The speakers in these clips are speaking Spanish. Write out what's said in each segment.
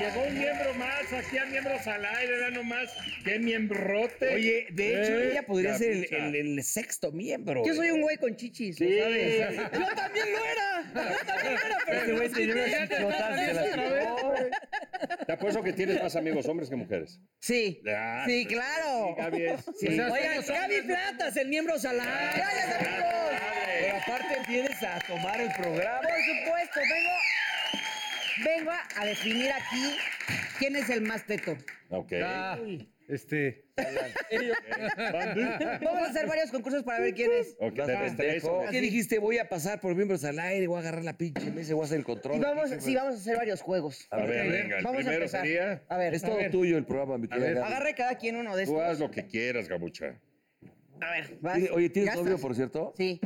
llegó un miembro más, aquí a miembros al aire, era nomás, qué miembrote. Oye, de hecho, Eh, ella podría ser el, capucha. el- el sexto miembro. Yo soy un güey con chichis, ¿lo Sí. sabes? Yo también lo era. Yo también lo era, pero Este güey tenía unas Ya te chichotas de las- otra vez. Te apuesto que tienes más amigos hombres que mujeres. Sí. Ah, Sí, pues, claro. Gaby es- Sí. O sea, Oigan, ustedes son- Gaby Platas, el miembro salar. Gracias, amigos. Pero aparte vienes a tomar el programa. Por supuesto, vengo, vengo a, a definir aquí quién es el más teto. Ok. Ah, este. Vamos a hacer varios concursos para ver quién es. Ok, te ves tres, ok. ¿Qué dijiste? Voy a pasar por miembros al aire, voy a agarrar la pinche mesa y voy a hacer el control. Y vamos, pues. sí, vamos a hacer varios juegos. A ver, venga, el Vamos a primero empezar. sería, A ver, Es todo tuyo el programa, mi querida. ver, Gaby. agarre cada quien uno de tú estos. haz lo que quieras, Gabucha. A ver, vas. Oye, Oye, ¿tienes Ya novio, estás. por cierto? Sí,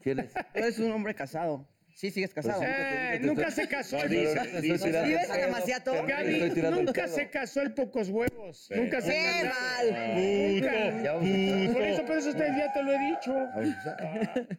¿Quién es? tú eres un hombre casado. Sí, sigues casado. Pues Eh, nunca se Ah, casó, No, dice. no, no, Estoy dice- tirando. ¿Vives en Amaciato? estoy Gaby, tirando el nunca pedo. se casó el pocos huevos. Sí. Nunca se ¡Qué casó. mal! Nunca. Ya vamos a empezar. Por eso, por eso ustedes ya te lo he dicho. pues, Bueno,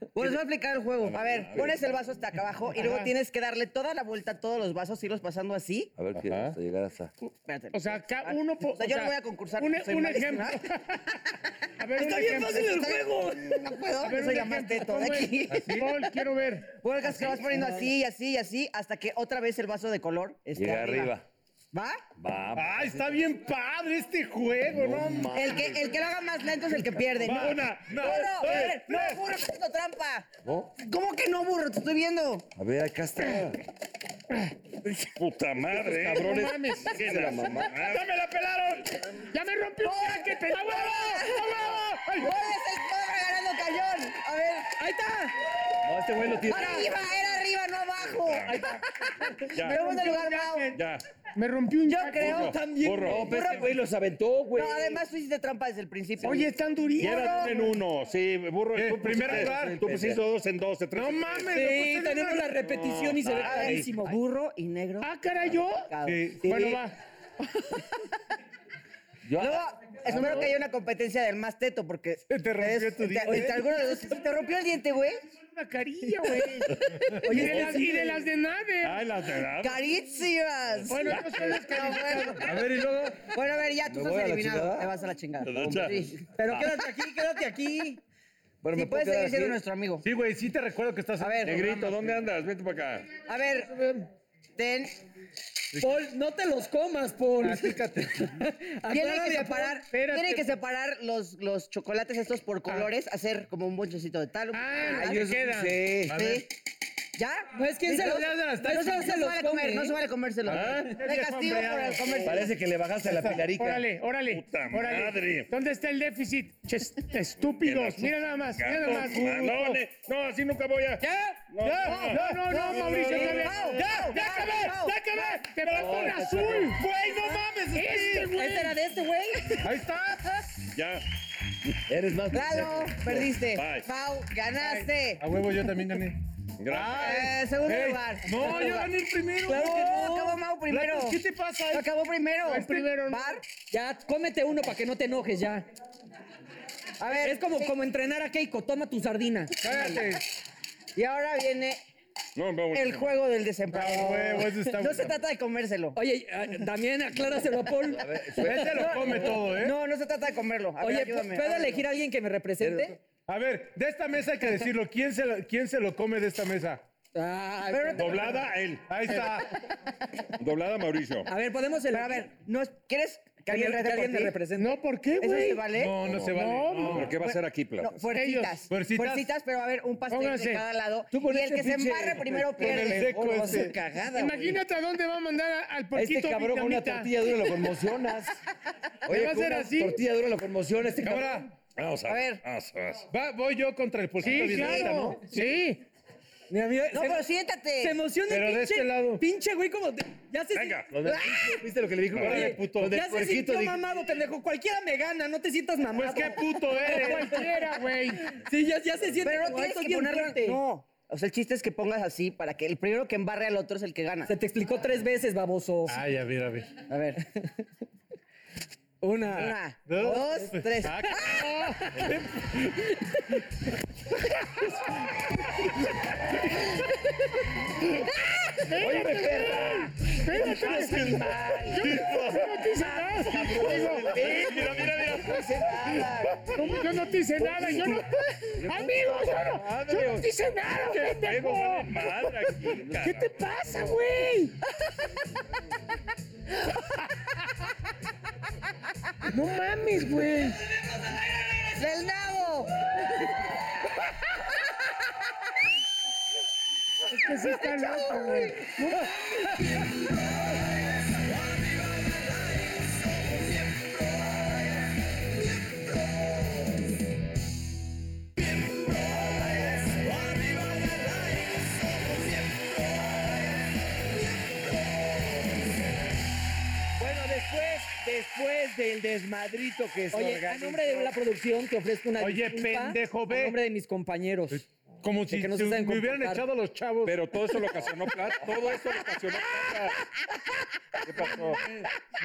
les voy a explicar el juego. A ver, pones el vaso hasta acá abajo y luego tienes que darle toda la vuelta a todos los vasos, irlos pasando así. A ver, que Ajá. hasta llegar hasta. Espérate. O sea, cada uno. po- Ah, O sea, yo no voy a concursar Un, porque soy un ejemplo. malísima. A ver, Está un bien ejemplo. fácil el Está bien. juego. No puedo, A yo ver, soy un la más ejemplo. teto de ¿Cómo es? aquí. Así. Paul, quiero ver. Vuelcas que vas poniendo así y así y así hasta que otra vez el vaso de color esté Llega arriba. arriba. ¿Va? Va. ¡Ay, está bien padre este juego, no, mames. El que, el que lo haga más lento es el que pierde. Va, no, una, no, dos, no, a ver, no, tres. burro, que esto trampa. ¿No? ¿Cómo que no, burro? Te estoy viendo. A ver, acá está. Puta madre. ¿eh? Cabrones. ¿Qué la mamá? ¡Ya me la pelaron! ¡Ya me rompió un bracket! ¡A huevo! ¡A ¡Oye, huevo! se está ganando cañón! A ver, ahí está. No, este güey lo tiene. Arriba, era arriba, no abajo. Ahí está. Vemos el lugar, Mau. Ya. ¡Ay! Me rompió un Yo bracket. creo también. Burro. No, pero este güey los aventó, güey. No, además tú hiciste trampa desde el principio. Oye, están durísimos. Llévate en uno. Sí, burro. Eh, tú pusiste- primer lugar. Tú pusiste dos en dos. tres. ¡No en tres. Sí, mames! pues, lo puse en tenemos una- la repetición y se ve clarísimo. Burro y negro. ¡Ah, caray, yo! Sí. Bueno, va. Yo- Luego, espero que haya una competencia del más teto, porque. te rompió ustedes- tu te- diente. oye, te- alguno de los dos- ¿se te rompió el diente, güey. Una carilla, güey. y, de las, y de las de nave. Ay, las de edad. ¡Carísimas! bueno, yo soy descalificado. A ver, y luego. Bueno, a ver, ya tú ¿Me estás voy a la eliminado. chingada? Te vas a la chingada. Ya. Sí. Pero quédate aquí, quédate aquí. Bueno, Sí, ¿me puedo puedes quedar seguir siendo aquí? nuestro amigo. Sí, güey, sí te recuerdo que estás. A ver, Negrito, ¿dónde andas? Vente para acá. a ver. Ten. Paul, no te los comas, Paul. Tienen que Aclárale a separar, espérate. tienen que separar los, los chocolates estos por colores, hacer como un bonchecito de tal. un- Ah, ¿verdad? yo queda. Sí. A Sí. ver. ¿ya? No, es que ¿Listos? se los- ya se las está No se- no echando, se se lo los vale come, comer, ¿eh? no se vale comérselo. Ah. No hay castigo por el comerse. Parece que le bajaste a la pilarica. Órale, órale. Puta órale. madre. ¿Dónde está el déficit? Che, est- estúpidos. Mira nada más, mira nada más. Malones. No, así nunca voy a. ¿Ya? No, ¿Ya? no, No, no, no, no, Mauricio. no, todavía no, no. no, ¡Ya! no, ¡Ya acabé! no, ¡Ya acabé! ¡Te vas con azul! ¡Güey, no mames! ¡Este güey! ¿Esta era de este güey? Ahí está. Ya. Eres más. Claro, perdiste. Bye. Pau, ganaste. A huevo, yo también gané. Gracias. Eh, segundo Ey, lugar. No, Segundo yo lugar. gané el primero. No, güey. acabó Mau primero. ¿Qué te pasa? Acabó primero. Ay, primero, no. Par. Ya, cómete uno para que no te enojes ya. A ver. Es como, sí. como entrenar a Keiko, toma tu sardina. Cállate. Y ahora viene No, vamos. el juego del desempato. Ah, huevo, ese está no se bueno. trata de comérselo. Oye, eh, también acláraselo a Paul. Él se lo come todo, ¿eh? No, no se trata de comerlo. A ver, Oye, ayúdame, ¿puedo ábrelo. elegir a alguien que me represente? A ver, de esta mesa hay que decirlo. ¿Quién se lo, quién se lo come de esta mesa? Ay, Pero no te- Doblada eh. él. Ahí está. Doblada Mauricio. a ver, podemos Pero a elegir. ver, no es- ¿quieres que alguien, que rete por alguien me ti? represente. No, ¿por qué, ¿Eso güey? se vale? No, no se vale. No. ¿Pero qué va a hacer aquí, Plata? No, fuercitas. Ellos. Fuercitas. Fuercitas, pero va a haber un pastel Pónganse. de cada lado. Tú con Y el ese que se pinche- embarre primero con el pierde. seco Gordo, ese. hace cagada, güey. Imagínate a dónde va a mandar a- al A porquito Este cabrón con una vietnamita. tortilla dura lo conmocionas. Oye, va a con hacer una así? tortilla dura lo conmociona este cabrón. Ahora, Vamos a, A ver. Vamos a, vamos. va, voy yo contra el porcito Sí, claro. Sí. Mira, mira, No, se, pero se siéntate. emociona el Pero de pinche, este lado. pinche güey como... te- ya se Venga. Ah. ¿Viste lo que le dijo? Órale, Oye, puto. Donde Ya el se puerquito sintió dijo- mamado, pendejo. Cualquiera me gana, no te sientas mamado. Pues qué puto eres. Cualquiera, güey. Sí, ya, ya se siente Pero no como, "Ay, tienes soy que bien ponerlo. fuerte". No. O sea, el chiste es que pongas así para que el primero que embarre al otro es el que gana. Se te explicó tres veces, baboso. Ay, a ver, a ver. A ver. Una. Una, dos, dos, tres. Ah, ¡Oye, perra! ¡Espérate! Yo no te hice nada. Mira, mira, mira. Digo, yo no te hice nada. Yo no. Amigo, yo no, yo no te hice nada, Tengo pendejo. una madre aquí. ¿Qué cara. te pasa, güey? No mames, güey. ¡Del nabo! Es que sí está loco, güey. Bueno, después, después del desmadrito que se Oye, a organizó- nombre de la producción te ofrezco una Oye, disculpa pendejo, ve. Eh, A nombre de mis compañeros. Como si que no se se- saben me hubieran comportar. echado a los chavos. Pero todo eso lo ocasionó Plata. Todo eso lo ocasionó Plata. ¿Qué pasó?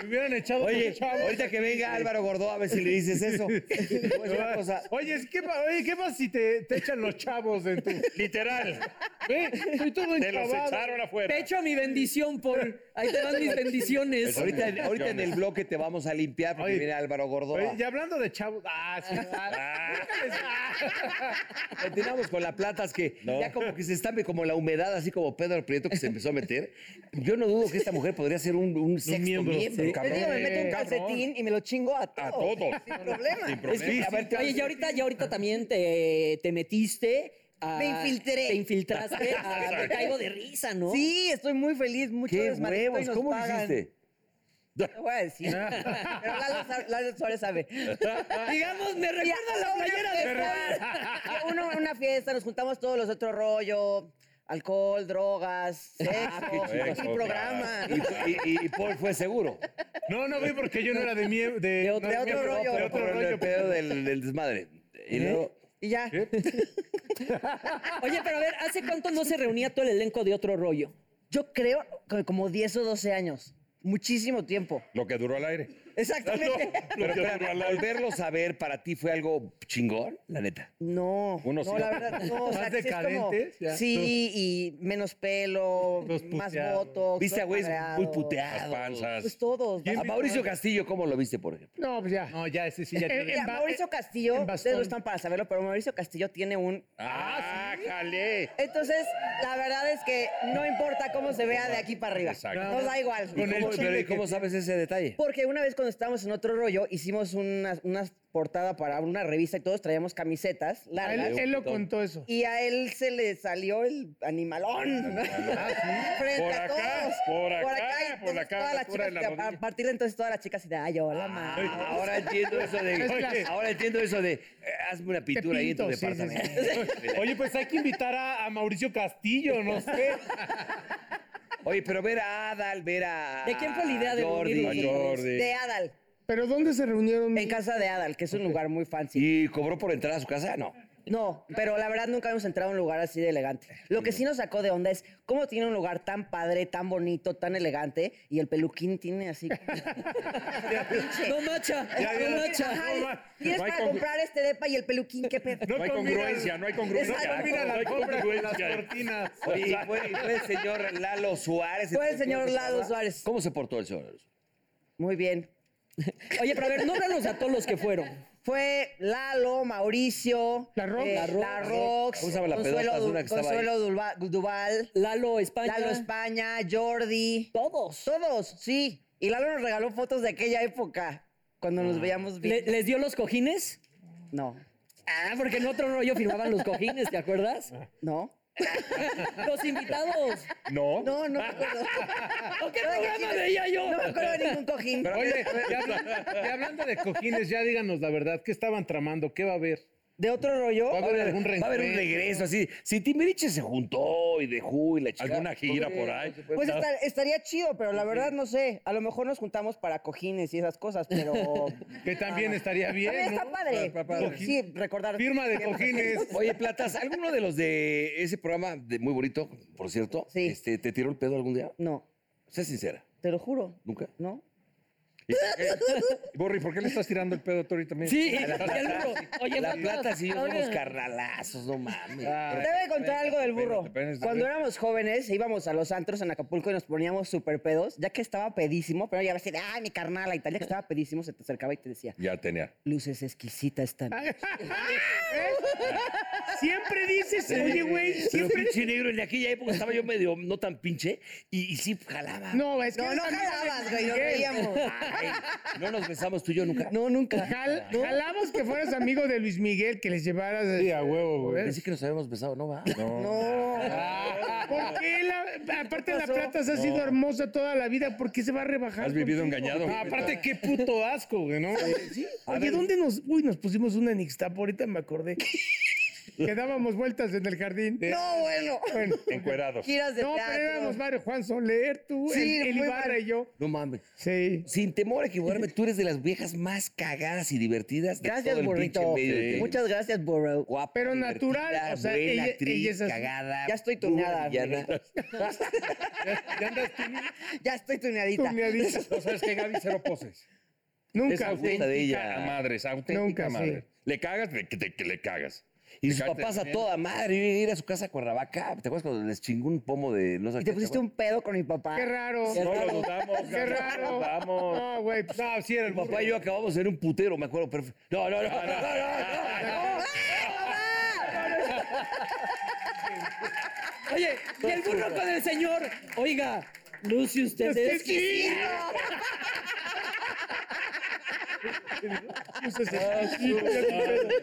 me hubieran echado a Oye, los chavos. ahorita que venga Álvaro Gordó a ver si le dices eso. Te voy a decir una cosa. Oye, es que pa- oye, ¿qué pasa si te, te echan los chavos en tu... Literal. ¿Eh? Estoy todo Te los enchabado. echaron afuera. Te echo a mi bendición, Paul. Ahí te van mis bendiciones. Ahorita, ahorita en el bloque te vamos a limpiar porque Oye. viene Álvaro Gordó. Oye, y hablando de chavos... Ah, sí. Continuamos con la plata, es que ya como que se está como la humedad, así como Pedro Prieto que se empezó a meter. Yo no dudo que esta mujer podría ser un, un sexto miembro. miembro. Sí. Yo cabrón. digo, me meto un calcetín y me lo chingo a todo. A todo. Sin problema. Es que, a ver, te- Oye, ya ahorita, ya ahorita también te, te metiste. A, Me infiltré. Te infiltraste a Me Caigo de Risa, ¿no? Sí, estoy muy feliz, mucho qué desmadrito y huevos, nos ¿cómo lo pagan. hiciste? Te voy a decir. Pero Lalo, sa- Lalo Suárez sabe. Digamos, me Mira, recuerda a la una playera de fiesta, uno- una fiesta, nos juntamos todos los otro rollo, alcohol, drogas, sexo, chido. y programa. Y, y- y Paul fue seguro. No, no vi porque yo no era de miembro... De, De otro- no era de otro miembro, rollo. De Pero otro por el rollo. pedo del, del desmadre. Y luego, Y ya. Oye, pero a ver, ¿hace cuánto no se reunía todo el elenco de otro rollo? Yo creo que como 10 o 12 años. Muchísimo tiempo. Lo que duró al aire. Exactamente. pero espérame, volverlos a ver para ti fue algo chingón, la neta. No, Uno no, sí. la verdad, no. o sea, Más que sí es como- decadentes, ya. Sí, y menos pelo, Los más puteados. votos. Viste a güeyes muy Las puteados. panzas. Pues todos. A bastante. Mauricio Castillo, ¿cómo lo viste, por ejemplo? No, pues ya. No, ya, ese sí Eh, ya... tiene- Mira, En ba- Mauricio Castillo, en ustedes no bastón. están para saberlo, pero Mauricio Castillo tiene un... ¡Ah, jale! Entonces, la verdad es que no importa cómo se vea de aquí para arriba. Exacto. Nos da igual. Con el ¿Cómo, chile pero, ¿y que- cómo sabes ese detalle? Porque una vez cuando estábamos en otro rollo, hicimos una, una portada para una revista y todos traíamos camisetas Ah, Él, Ah, largas. él lo contó eso. Y a él se le salió el animalón. Frente ah, Por a acá, todos. por acá, y por entonces acá, todas las altura de chicas, la a rodilla. partir de entonces todas las chicas y de, ay, hola, ma. Ahora entiendo eso de. Oye. ahora entiendo eso de. eh, Hazme una pintura ahí en tu pinto, sí, sí, departamento. Oye, pues hay que invitar a, a Mauricio Castillo, no sé. Oye, pero ver a Adal, ver a. ¿De quién fue la idea de Jordi? reunirnos? Jordi. De Adal. ¿Pero dónde se reunieron? En casa de Adal, que es un lugar muy fancy. ¿Y cobró por entrar a su casa? No. No, pero la verdad nunca habíamos entrado a un lugar así de elegante. Lo que sí nos sacó de onda es cómo tiene un lugar tan padre, tan bonito, tan elegante, y el peluquín tiene así. No macha, no macha. Ajá, Tienes para comprar este depa y el peluquín, qué pedo. No hay congruencia, no hay congruencia. Exacto. Mira No la hay compra con las congruencia. cortinas. Oye, ¿y fue, y fue el señor Lalo Suárez. Fue el señor Lalo Suárez. ¿Cómo se portó el señor? Muy bien. Oye, pero a ver, nómbranos a todos los que fueron. Fue Lalo, Mauricio, La Rox. eh, La Rox. La Rox, ¿Cómo se llama la Consuelo, pedota? Du- Una que estaba Consuelo Dulva- Duval, Lalo España. Lalo España, Jordi, Todos. todos, sí. Y Lalo nos regaló fotos de aquella época, cuando Ah. nos veíamos Le- bien. ¿Les dio los cojines? No, Ah, porque en otro rollo firmaban los cojines, ¿te acuerdas? no. Los invitados. No. No, no me acuerdo. ¿O qué programa veía yo? No me acuerdo de ningún cojín. Oye, y hablando, y hablando de cojines, ya díganos la verdad, ¿qué estaban tramando? ¿Qué va a haber? ¿De otro rollo? Va a haber algún Va a haber un reencuentro. regreso así. Si Timbiriche se juntó y dejó y la chica. Alguna gira por ahí. Pues esta- estaría chido, pero la verdad no sé. A lo mejor nos juntamos para cojines y esas cosas, pero... Que también estaría bien. También está ¿no? padre. Pa- pa- pa- Digo, cojín. Sí, recordar. Firma de cojines. Oye, Platas, ¿alguno de los de ese programa de muy bonito, por cierto? Sí. Este, ¿Te tiró el pedo algún día? No, Sé sincera, te lo juro. nunca. ¿No? ¿Y por qué? Borri, ¿por qué le estás tirando el pedo a Tori también? Sí, y- y el burro. Oye, La vamos, plata sí, ahora- unos carnalazos, no mames. Te voy a contar algo del burro. espérate, espérate. Cuando éramos jóvenes, íbamos a los antros en Acapulco y nos poníamos súper pedos, ya que estaba pedísimo, pero ya ves, de, ay, mi carnala y tal, ya que estaba pedísimo, se te acercaba y te decía, Ya tenía. luces exquisitas están. Siempre dices, Eh, oye, güey, Pero siempre. pinche negro, en aquella época estaba yo medio no tan pinche y, y sí jalaba. No, es que. No, no eres amigo de jalabas, güey, nos Miguel. reíamos. Ay, no nos besamos tú y yo nunca. No, nunca. Jal- Jalabas que fueras amigo de Luis Miguel, que les llevaras. Sí, a huevo, güey. Pensé que nos habíamos besado, ¿no va? No. ¿Por qué la- aparte la plata se ha sido hermosa toda la vida? ¿Por qué se va a rebajar? Has vivido contigo? engañado. güey. Aparte, qué puto asco, güey, ¿no? Oye, ¿dónde nos.? Uy, nos pusimos una en Ixtapa, ahorita me acordé. que dábamos vueltas en el jardín. No, bueno. Bueno, Encuerados. Giras de no, pero éramos teatro. varios. Juan Soler, tú, Sí, el, el muy Ibarra varios. y yo. No mames. Sí. Sin temor a equivocarme, tú eres de las viejas más cagadas y divertidas de Gracias, todo el pinche burrito. medio. Sí. de tele. Muchas gracias, burro. Guapa, Pero divertida, natural, o sea, buena ella- actriz, ella es así. cagada. Ya estoy dura, tuneada, villana. Ya estoy tuneadita. Tuneadita. No sabes que Gaby cero poses. Es Nunca. güey. auténtica de A ella. madres, auténtica Nunca, sí. madre. Le cagas, le- que te- que le cagas. Y Te sus cagas, te papás a defiendes. toda madre. Yo llegué a ir a su casa a Cuernavaca. ¿Te acuerdas cuando les chingó un pomo de no sé Y qué? te pusiste un pedo con mi papá. Qué raro. No lo dudamos. Qué raro. Vamos. No, güey. pues, No, sí era el Mi papá y yo acabamos en un putero, me acuerdo perfecto. No, no, no, no, no, no, no. Oye, y el burro con el señor. Oiga, luce usted ¡Qué es exquisito! Luces exquisitas.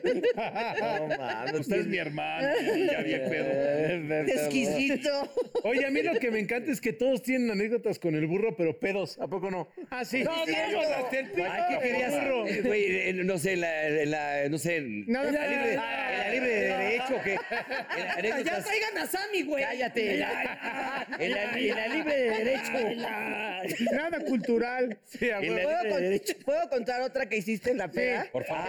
No mames. Usted es pues, mi hermano. Ya bien pedo. Exquisito. Oye, a mí lo que me encanta es que todos tienen anécdotas con el burro, pero pedos. ¿A poco no? Ah, sí. Ay, ¿qué querías? Eh, Güey, eh, no sé, la, la, no sé, en No, la no, libre, no, en la libre de derecho que en la- en Ya anécdotas- traigan a Sammy, güey. cállate, en la, en la- en la libre de derecho, en la Nada cultural. libre ¿Puedo, de con- derecho. ¿Puedo contar otra que hiciste en la peda? Por favor.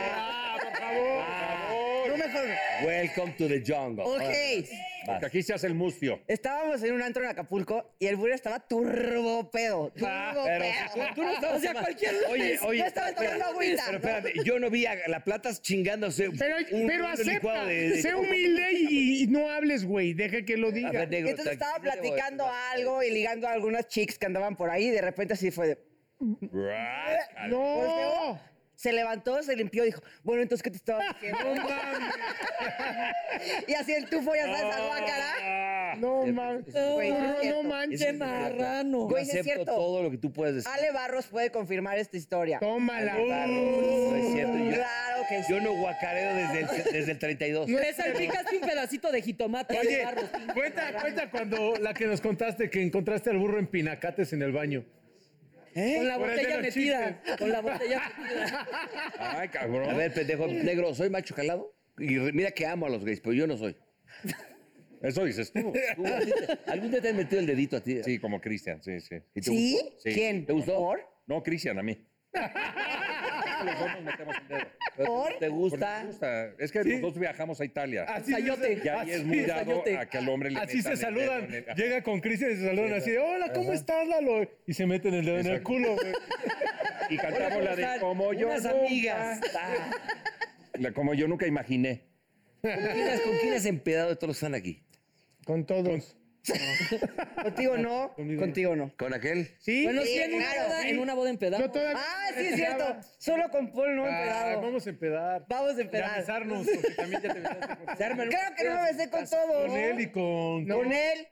por favor. No mejor. Welcome to the jungle. Ok. Porque aquí se hace el mustio. Estábamos en un antro en Acabulco y el burro estaba turbo pedo. Turbo Ah, pedo. Tú no estabas O sea, en- cualquier lunes. Oye, oye. Yo estaba espera, tomando agüita. Pero espérame, yo no vi a La Plata chingándose un- Pero, un- pero un acepta, licuado de- de- sé humilde y, y no hables, güey. Deja que lo A diga. ver, negro, Entonces estaba tranquilo, güey. platicando algo y ligando a algunas chicas que andaban por ahí y de repente así fue de... No. Se levantó, se limpió y dijo, bueno, entonces, ¿qué te estaba diciendo? y así el tufo, ya sabes, a guácara. Ah, No, mames. Güey, no es Burro, no cierto. Pinche manches. marrano. Güey, Yo sí es acepto cierto. todo lo que tú puedes decir. Ale Barros puede confirmar esta historia. Tómala. No es cierto, yo- Claro que sí. Yo no guacareo desde el, desde el 32. Te salpicaste un pedacito de jitomate de Oye, barro. pinche Uh, cuenta, marrano. cuenta cuando la que nos contaste que encontraste al burro en pinacates en el baño. Con la Por el de botella los metida. Con la botella metida. Ay, cabrón. A ver, pendejo negro, soy macho calado. Y re- mira que amo a los gays, pero yo no soy. Eso dices tú. Tú, a ti te- ¿Algún día te han metido el dedito a ti? Sí, como Cristian, sí, sí. ¿Y te ¿Sí? gustó? ¿Quién? ¿Te gustó? ¿Por? No, Cristian, a mí. Los dos nos metemos el dedo. ¿Por? ¿Te Porque gusta? nos gusta. Es que los dos viajamos a Italia. Ah, Así Sayote. se- Y ahí es muy dado sayote. a que al hombre le Así se metan el dedo saludan. en el- Llega con Cristian y se saludan así de, hola, ¿cómo estás, Lalo? Y se meten el dedo en el Exacto. culo, güey. Y cantamos la de como yo Unas nunca- amigas. Ah, La como yo nunca imaginé. ¿Con quién has- con quién has empedado de todos los que están aquí? Con todos. Contigo no, contigo no. ¿Con aquel? Sí. Bueno, sí, Sí, en una claro, boda, sí. en una boda en Yo pedazo. todavía. Ah, sí es cierto. Solo con Paul no he Ay, empedado. vamos a empedar. Vamos a Y a empedar. besarnos, porque también ya te besaste con- Claro que no me besé con todos. con él y con... Con él,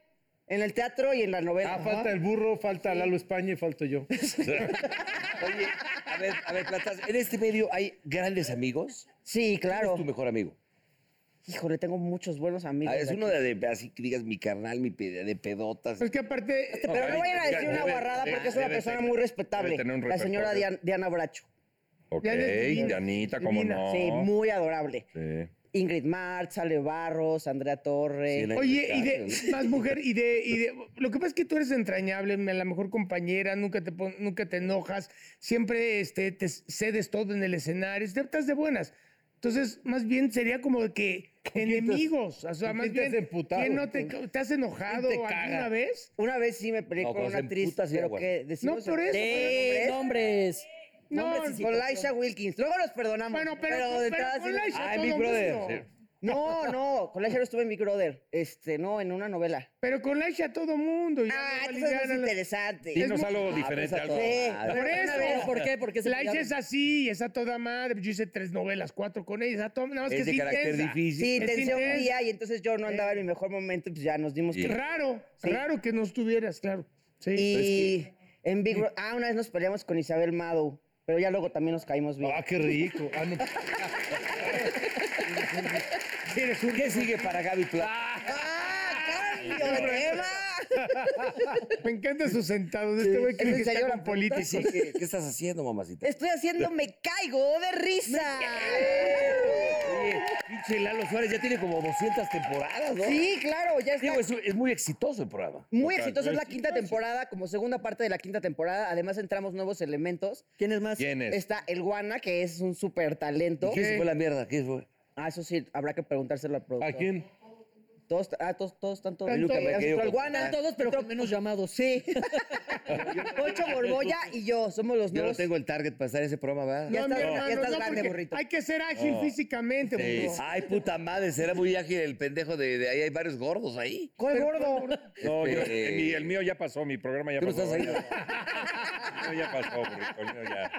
en el teatro y en la novela. Ah, falta el burro, falta Lalo España y falto yo. Oye, a ver, a ver, Platas, en este medio hay grandes amigos. Sí, ¿Quién claro. es tu mejor amigo? Híjole, tengo muchos buenos amigos. Ah, es aquí. uno de, de- así que digas mi carnal, mi pe- de pedotas. Es que aparte. Este Pero no vayan a decir una Debe- guarrada debe- porque es una debe persona tener- muy debe respetable. tener un La señora repertorio. Diana, Diana Bracho. Ok, Ya eres divina, Dianita, cómo divina. no. Sí, muy adorable. Sí. Ingrid Martz, Ale Barros, Andrea Torres. Sí, la- Oye, y Claro, de más mujer, y de, y de. Lo que pasa es que tú eres entrañable, me- la mejor compañera, nunca te, pon- nunca te enojas, siempre este, te cedes todo en el escenario, te estás de buenas. Entonces, más bien sería como de que enemigos. O sea, con más quién te has bien, emputado? ¿quién no te, ¿Con- te has enojado quién te alguna caga? vez? Una vez sí me peleé No, con cuando una se actriz, emputa, sí, pero güey. que decimos... No, por eso, Sí, Sí, nombres. No, nombres y- con Laisha Wilkins. Luego nos perdonamos. Bueno, pero, pero, detrás sí con nos- Laisha Ay, todo Big Brother, mundo. sí. No, no, con Laisha no estuve en Big Brother. Este, no, en una novela. Pero con Laisha todo mundo. y Ah, no entonces es alivianan las- interesante. Sí, Dinos muy- algo Ah, diferente, pues, algo. sí. Ah, Por Pero una eso. vez- ¿Por qué? Porque se Laisha pelearon. es así, es a toda madre. pues Yo hice tres novelas, cuatro con ella, es a toda Nada más que Es de es carácter intensa. difícil. Sí, Es tensión un intenso. día y entonces yo no andaba en mi mejor momento, pues ya nos dimos Sí. que... Raro, Sí. raro que no estuvieras, claro. Sí. Y en Big Brother... Ah, una vez nos peleamos con Isabel Mado, pero ya luego también nos caímos bien. Ah, qué rico. Ah, no. ¿Qué sigue para Gaby Plata? ¡Ah, cambio de tema! Me encanta su sentado de este güey que ¿Es en que serio está la pregunta? con Sí, políticos. ¿Qué, qué estás haciendo, mamacita? Estoy haciendo me caigo de risa. Oye, pinche Lalo Suárez ya tiene como 200 temporadas, ¿no? Sí, claro, ya está. Digo, es, es muy exitoso el programa. Muy Total, exitosa es la exitoso. quinta temporada, como segunda parte de la quinta temporada. Además entramos nuevos elementos. ¿Quién es más? ¿Quién es? Está el Guana, que es un súper talento. ¿Qué se fue la mierda? ¿Qué fue? Ah, eso sí, habrá que preguntárselo al productor. ¿A quién? Todos, ah, todos, todos tanto. Tanto- Nunca me quedo el con- Guana, Todos, pero con menos llamados. Sí. Poncho Borboya y yo somos los Yo no nuevos. tengo el target para estar en ese programa, ¿verdad? Ya No, mi estás- ya hermano, estás no, grande, porque burrito. Hay que ser ágil físicamente, Sí. Ah, burro. Ay, puta madre, será muy ágil el pendejo de, de ahí. Hay varios gordos ahí. ¿Cuál gordo? No, yo- Este- mi- el mío ya pasó, mi programa ya ¿Tú no pasó. estás ahí? El mío ya pasó, burrito, el mío ya.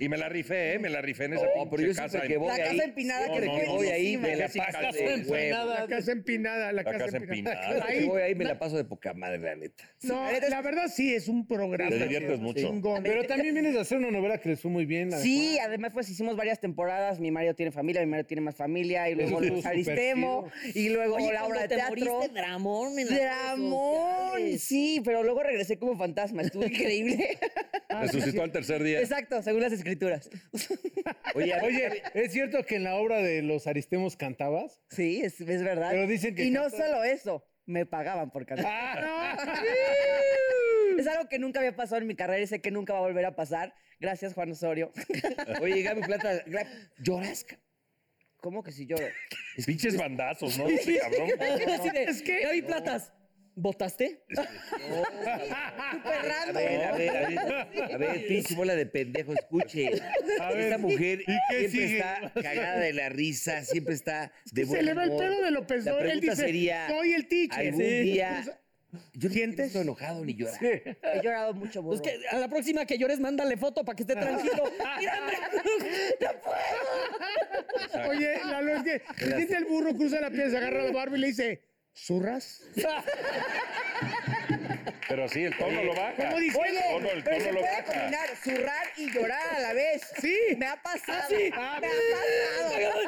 Y me la rifé, ¿eh? Me la rifé en esa No, pinche Oh, pero yo casa siempre en- que voy La ahí. casa empinada que no, me no, cuelgo voy ahí, encima. me la La casa paso de empinada. huevo. La casa empinada, la, La casa, casa empinada. empinada. Yo Ahí, voy ahí, me la paso de poca madre, la neta. no, la verdad sí es un programa. Te diviertes mucho. chingón. Pero también vienes a hacer una novela que le fue muy bien. la de Sí, además pues hicimos varias temporadas. Mi marido tiene familia, mi marido tiene más familia. Y luego Eso estuvo Luz Aristemo. Y luego Oye, la obra de cuando te teatro. moriste, Dramón. en las redes Dramón, sociales. sí, pero luego regresé como fantasma, estuvo increíble. Resucitó al tercer día. Exacto, según las escrituras. Oye, Juana. Oye, ¿es cierto que en la obra de los Aristemos cantabas? Sí, es, es verdad. Pero dicen que y no cantar- solo eso, me pagaban por cantar. Ah, Es algo que nunca había pasado en mi carrera y sé que nunca va a volver a pasar. Gracias, Juan Osorio. oye, Gaby Plata, Gra- ¿lloras? ca- ¿Cómo que si lloro? Pinches bandazos, ¿no? Sí, cabrón. Así de, Es que- Gaby Platas, ¿votaste? Súper A random. ver, a ver, a ver, a ver, pinche bola de pendejo, escuche. Esta mujer siempre está cagada de la risa, siempre está de buen se le va el humor. pedo de López La Dóriga, Él pregunta dice, sería, soy el teacher. algún día- O sea, yo no ¿Sientes? estoy enojado ni llorar. He llorado mucho, burro. Pues que a la próxima que llores, mándale foto para que esté tranquilo. Oye, Lalo, es que se siente el burro, cruza la piel, se agarra la barba y le dice, ¿zurras? Pero sí, el tono lo baja. ¿Cómo dice? El tono, el Pero se tono lo puede baja. combinar zurrar y llorar a la vez. Sí. Me ha pasado. Me sí. ha pasado.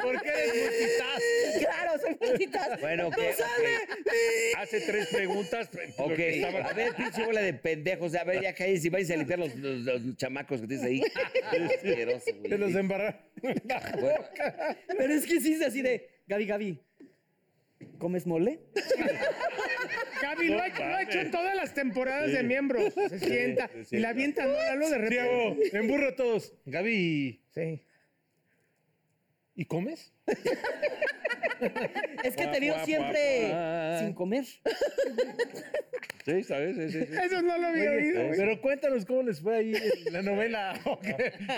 Porque eres multitask. Claro, soy multitask. Bueno, ok, ok. Hace tres preguntas. pues, lo Ok, que estaba- a ver, pinche bola de pendejos. A ver, ya cállense y váyanse a limpiar los, los- los chamacos que tienes ahí. Asqueroso, güey. Te los embarraron. Bueno, Pero es que sí es así de, Gaby, Gaby, ¿comes mole? Gaby, lo ha, hecho, lo ha hecho en todas las temporadas de miembros. Se sienta y la avienta ¿no, Lalo de repente. Diego, emburro a todos. Gaby, ¿y- Sí. ¿y comes? Es que Guau, te veo guau, siempre guau. sin comer. Sí, ¿sabes? Sí, sí, sí. Eso no lo había Oye, oído. güey. pero cuéntanos cómo les fue ahí en la novela ok,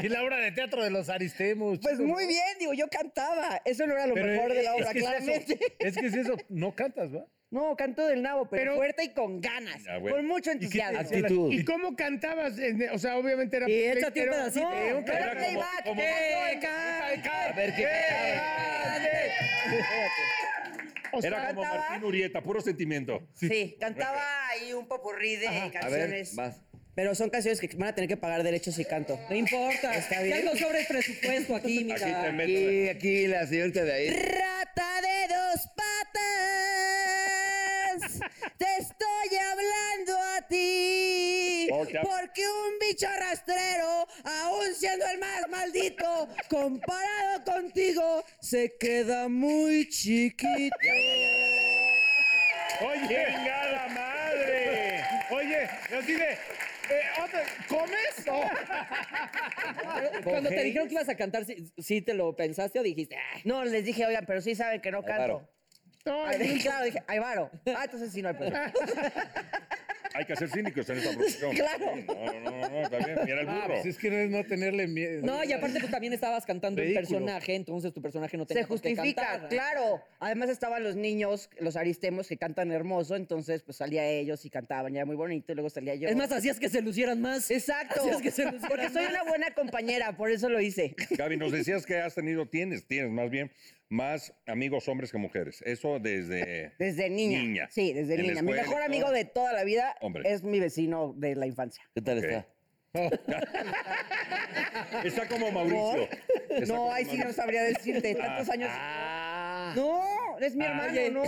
y la obra de teatro de los Aristemos. Pues chico, muy ¿no? bien, digo, yo cantaba. Eso no era lo Pero mejor de la es obra, que es eso, claramente. Es que si eso, no cantas, ¿va? No, canto del nabo, pero, Pero- fuerte y con ganas. Ah, bueno. Con mucho qué te entusiasmo. decía la- ¿Y cómo cantabas? En- O sea, obviamente era... Y échate un pero- pedacito. No, No Un era Era como- playback, como- era ¡Eh, todo cae, a cae! ver qué Eh, o sea, Era como cantaba. Martín Urieta, puro sentimiento. en- Sí, cantaba ahí un popurrí de A ver, canciones. vas. pero son canciones que van a tener que pagar derechos si canto. No importa, Está ya bien. no sobres presupuesto aquí, mira. Aquí te metes. Aquí, aquí, la señorita de ahí. Rata de dos patas, te estoy hablando a ti. Porque- Porque un bicho rastrero, aún siendo el más maldito, comparado contigo, se queda muy chiquito. Oye, ¡Venga la madre! oye, de, así de, eh, otra- ¿comes? No. Cuando te dijeron que ibas a cantar, ¿sí, sí te lo pensaste o dijiste? "Ah"? No, les dije, oigan, pero sí saben que no canto. varo. No, Ay, dije, claro, dije, ay, varo. Ah, entonces sí no hay problema. Hay que ser cínicos en esta producción. Claro. Sí, No, no, no, no, está bien. Mira el Ah, burro. pues es que no es no tenerle miedo. No, y aparte tú también estabas cantando un Ridículo. personaje, entonces tu personaje no tenía Se por qué justifica, cantar. claro. Además estaban los niños, los aristemos que cantan hermoso, entonces pues salía ellos y cantaban, ya era muy bonito, y luego salía yo. Es más, hacías que se lucieran más. exacto. hacías que se lucieran Porque soy más. una buena compañera, por eso lo hice. Gaby, nos decías que has tenido, tienes, tienes más bien, más amigos hombres que mujeres. Eso desde... Desde niña. Niña. Sí, desde En la niña. Mi escuela, mejor todo. amigo de toda la vida Hombre. es mi vecino de la infancia. ¿Qué tal Ok. está? Está como Mauricio. Está No, como ahí sí no Mauricio. sabría decirte. Tantos años. No, es mi hermano, Oye, no.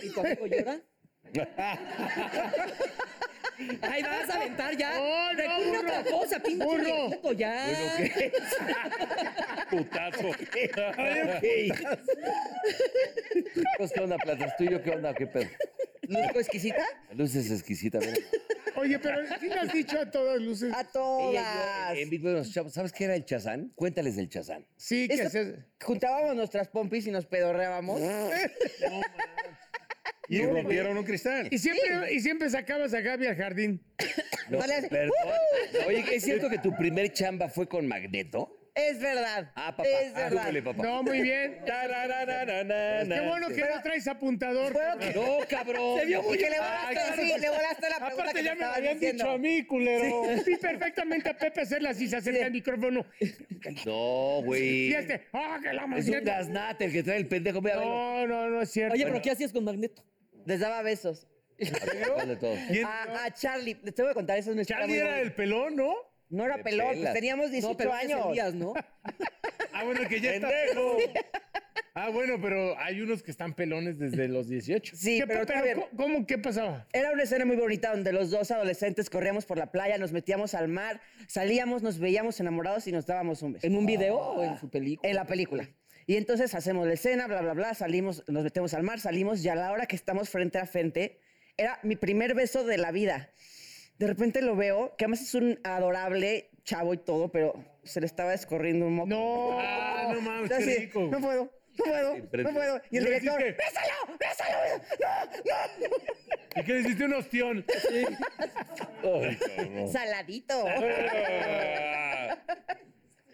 ¿Y tu amigo llora? Ay, vas a aventar ya. Oh, no, Recurre a otra burro. cosa, pinche Burro. viejito, ya. Putazo. Pues, ¿Qué onda, Platas? ¿Tú y yo qué onda? ¿Qué pedo? ¿Luzco exquisita? Luces exquisita. ven. Oye, pero sí le has dicho a todas luces. A Ella todas. y yo, en Big Brother nos echamos- ¿Sabes qué era el chazán? Cuéntales del chazán. Sí, que Esto- se... Juntábamos nuestras pompis y nos pedorreábamos. Y rompieron un cristal. Y siempre, y siempre sacabas a Gaby al jardín. No, No le hace- perdón. Oye, ¿es cierto que tu primer chamba fue con Magneto? Es verdad. Ah, papá. Es Ah, verdad. súbele, papá. No, muy bien. Qué Qué bueno que no traes apuntador. Fueron que- No, cabrón. Se vio muy que le volaste, Ay, sí, le volaste la pregunta Aparte que ya te me lo estaban habían diciendo. dicho a mí, culero. Vi perfectamente a Pepe hacerla así, se acerca al micrófono. No, güey. Y este, ¡ah, que la Es un maldita! gaznate el que trae el pendejo. Mira, velo. No, no, no es cierto. Oye, pero ¿qué hacías con Magneto? Les daba besos. ¿Cuál de todos? A, a Charlie, les tengo que contar, eso es una historia Charlie muy era bonita. el pelón, ¿no? No era Me pelón, pues, pelas. teníamos 18 No, pero años. años. Días, ¿no? Ah, bueno, que ya está. ¡Pendejo! Ah, bueno, pero hay unos que están pelones desde los 18. Sí, ¿Qué- pero, pero todavía- ¿cómo- ¿cómo? ¿Qué pasaba? Era una escena muy bonita donde los dos adolescentes corríamos por la playa, nos metíamos al mar, salíamos, nos veíamos enamorados y nos dábamos un beso. ¿En un video o en su película? En la película. Y entonces hacemos la escena, bla, bla, bla, salimos, nos metemos al mar, salimos y a la hora que estamos frente a frente, era mi primer beso de la vida. De repente lo veo, que además es un adorable chavo y todo, pero se le estaba escorriendo un moco. No. Ah, no mames, Yo qué así, rico. No puedo, no puedo, no puedo. Y el No director, existe. ¡bésalo, bésalo! ¡No, ¿Y qué le hiciste un ostión? no! Saladito. Ah.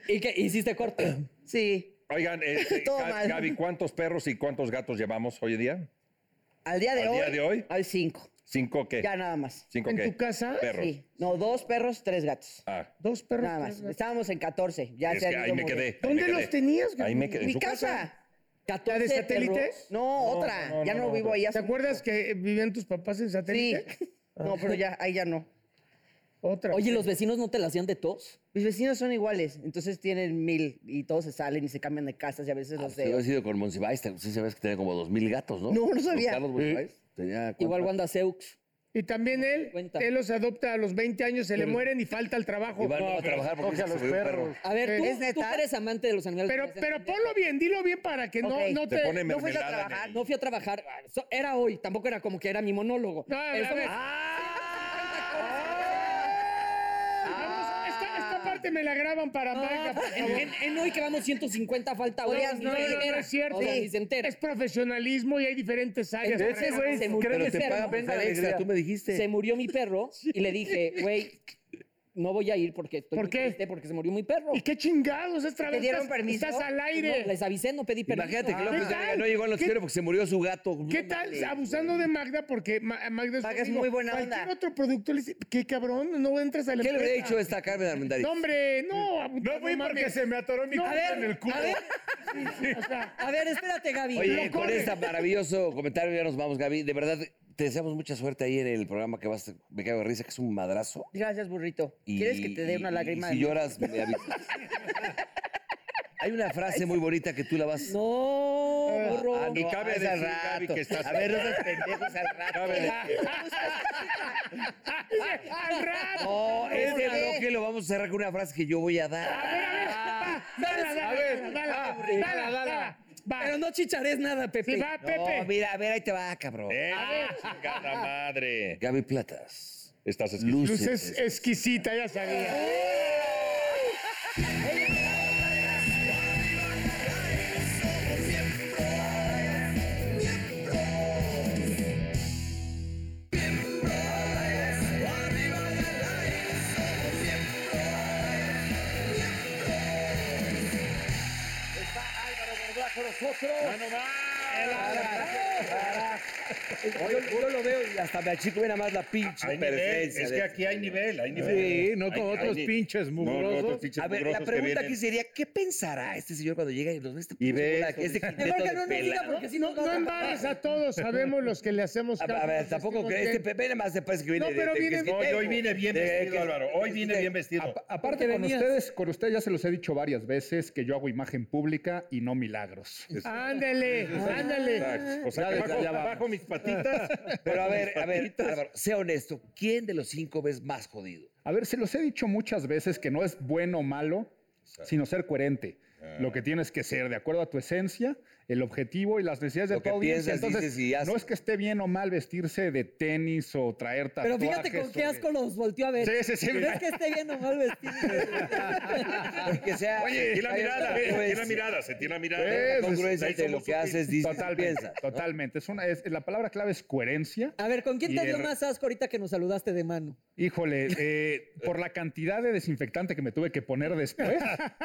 ¿Y qué? ¿Hiciste corte? Sí, Oigan, este, Todo Ga- mal. Gaby, ¿cuántos perros y cuántos gatos llevamos hoy en día? al día de ¿Al hoy. día de hoy? Hay cinco, ¿Cinco qué? ya nada más. ¿Cinco ¿En qué? tu casa? Perros. Sí. No, dos perros, tres gatos. Ah, Dos perros. Nada más. tres gatos. Estábamos en 14. Ya es se que han ahí ido me muriendo. quedé. ahí ¿Dónde me quedé. los tenías? Gaby? Ahí me quedé. ¿En Mi tu casa. ¿La 14 de satélite? perros. No, otra. no, ya no, no, no, vivo otra. ahí. ¿Te hace- acuerdas que vivían tus papás en Sí. satélite? No, pero ya, ahí ya no. Otra. Oye, ¿los vecinos no te la hacían de tos? Mis vecinos son iguales, entonces tienen mil y todos se salen y se cambian de casas y a veces los Si hubieras de... ido con Monsiváis, te- sí sabes que tenía como dos mil gatos, ¿no? No, no sabía. Carlos Monsiváis tenía Igual cuántos- Wanda Seux. Y también él, Cuenta. él los adopta a los 20 años, se le mueren y falta el trabajo. Iván no va a trabajar porque se subió un perro. A ver, tú, ¿Es neta? tú que eres amante de los animales. Pero, ¿te pero hacen- ponlo bien, dilo bien para que no, Ok. no Te te... pone ¿No fuiste a mermelada. en trabajar? el- No fui a trabajar. so- Era hoy. Tampoco era como que era mi monólogo. No, a ver, Eso a ver. me- Vamos, esta, esta parte me la graban para No, Marca, por en, favor. en- en hoy que vamos 150 falta hoy. Oigan, ni No, se no, no, entera. es cierto. O sea, ni se entera. Es profesionalismo y hay diferentes áreas. Ese para- güey se murió Pero mi te pagan perro. por ser extra, tú me dijiste. Se murió mi perro y le dije, güey, no voy a ir porque estoy ¿Por muy qué? triste porque se murió mi perro. ¿Y qué chingados? Es trabajo. ¿Te dieron estás, permiso? Estás al No, aire. les avisé, no pedí permiso. Imagínate que Ah, López ¿Qué Dóriga tal? no llegó al ¿Qué- noticiero porque se murió su gato. ¿Qué No tal? mames. Abusando de Magda porque Ma- Magda es, tu Magda es amigo. muy buena Cualquier onda. otro productor le dice, qué cabrón, no entras a la ¿Qué le hubiera empresa". dicho esta Carmen Armendariz? No, hombre, no. No fui porque se me atoró mi No, culo a ver, en el culo. A ver, a ver, espérate, Gaby. Oye, lo con corre. este maravilloso comentario ya nos vamos, Gaby. De verdad, te deseamos mucha suerte ahí en el programa que vas. Me cago de risa, que es un madrazo. Gracias, burrito. Y- ¿Quieres que te dé y- una y lágrima? Si de- lloras, me avisas. Hay una frase muy bonita que tú la vas. No, burro. Ah, Y cabe es al decir, Gaby, rato. que estás- A ver, no seas pendejos al rato. Cabe decir- ¡Al rato! No, este ¿Por qué? bloque lo vamos a cerrar con una frase que yo voy a dar. A ver, a ver. va, Dala, dala, dala, dala, dala, dala. Va. Pero no chichares nada, Pepe. Sí, va, No, Pepe. Eh. mira, a ver, ahí te va, cabrón. ¡Eh, chingada madre! Gaby Platas. Estás esquisito. Luz es exquisita, ya sabía. Ah, Yo, yo lo veo y hasta me achico mira más la pinche Hay nivel, presencia. eh, de es que este aquí hay señor. nivel, hay nivel. Sí, no como Hay- otros hay- pinches No, no, mugrosos. otros pinches A ver, la mugrosos que pregunta vienen. aquí sería, ¿qué pensará este señor cuando llega y nos ve este Y ve bola- esos- este quinteto Mejor que de no nos pela? diga porque si no... No embares a todos, sabemos los que le hacemos A, caso. a ver, los tampoco vestimos crees este bien. Pepe nada más se parece que viene No, pero de, de- viene- que es No, y hoy vine bien de- vestido, que- Álvaro. Hoy vine bien vestido. Apa- aparte con ustedes, con ustedes ya se los he dicho varias veces que yo hago imagen pública y no milagros. Ándale, ándale. Exacto. O sea, Ya que ves, bajo, ya va. bajo pues mis patitas. Pero a bajo ver, mis a ver, patitas. Álvaro, sea honesto, ¿quién de los cinco ves más jodido? A ver, se los he dicho muchas veces que no es bueno o malo, sino ser coherente. Lo que tienes que ser de acuerdo a tu esencia, el objetivo y las necesidades Lo de que tu audiencia. piensas, Entonces, dices y haces. no es que esté bien o mal vestirse de tenis o traer tatuajes. Pero fíjate con qué o de- asco los volteó a ver. Sí, sí, sí, ¿Crees mira. que esté bien o mal vestido? Que sea... Oye, y la hay mirada, una ve, se tiene la congruencia, mirada, se tiene la Sí, mirada. sí, una congruencia Ahí entre lo somos que un- haces, dices, y Totalmente, piensas. ¿no? totalmente. Es una, es- la palabra clave es coherencia. A ver, ¿con quién te Y dio el- más asco ahorita que nos saludaste de mano? Híjole, eh, por la cantidad de desinfectante que me tuve que poner después.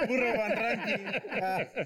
Burro Van Ranking.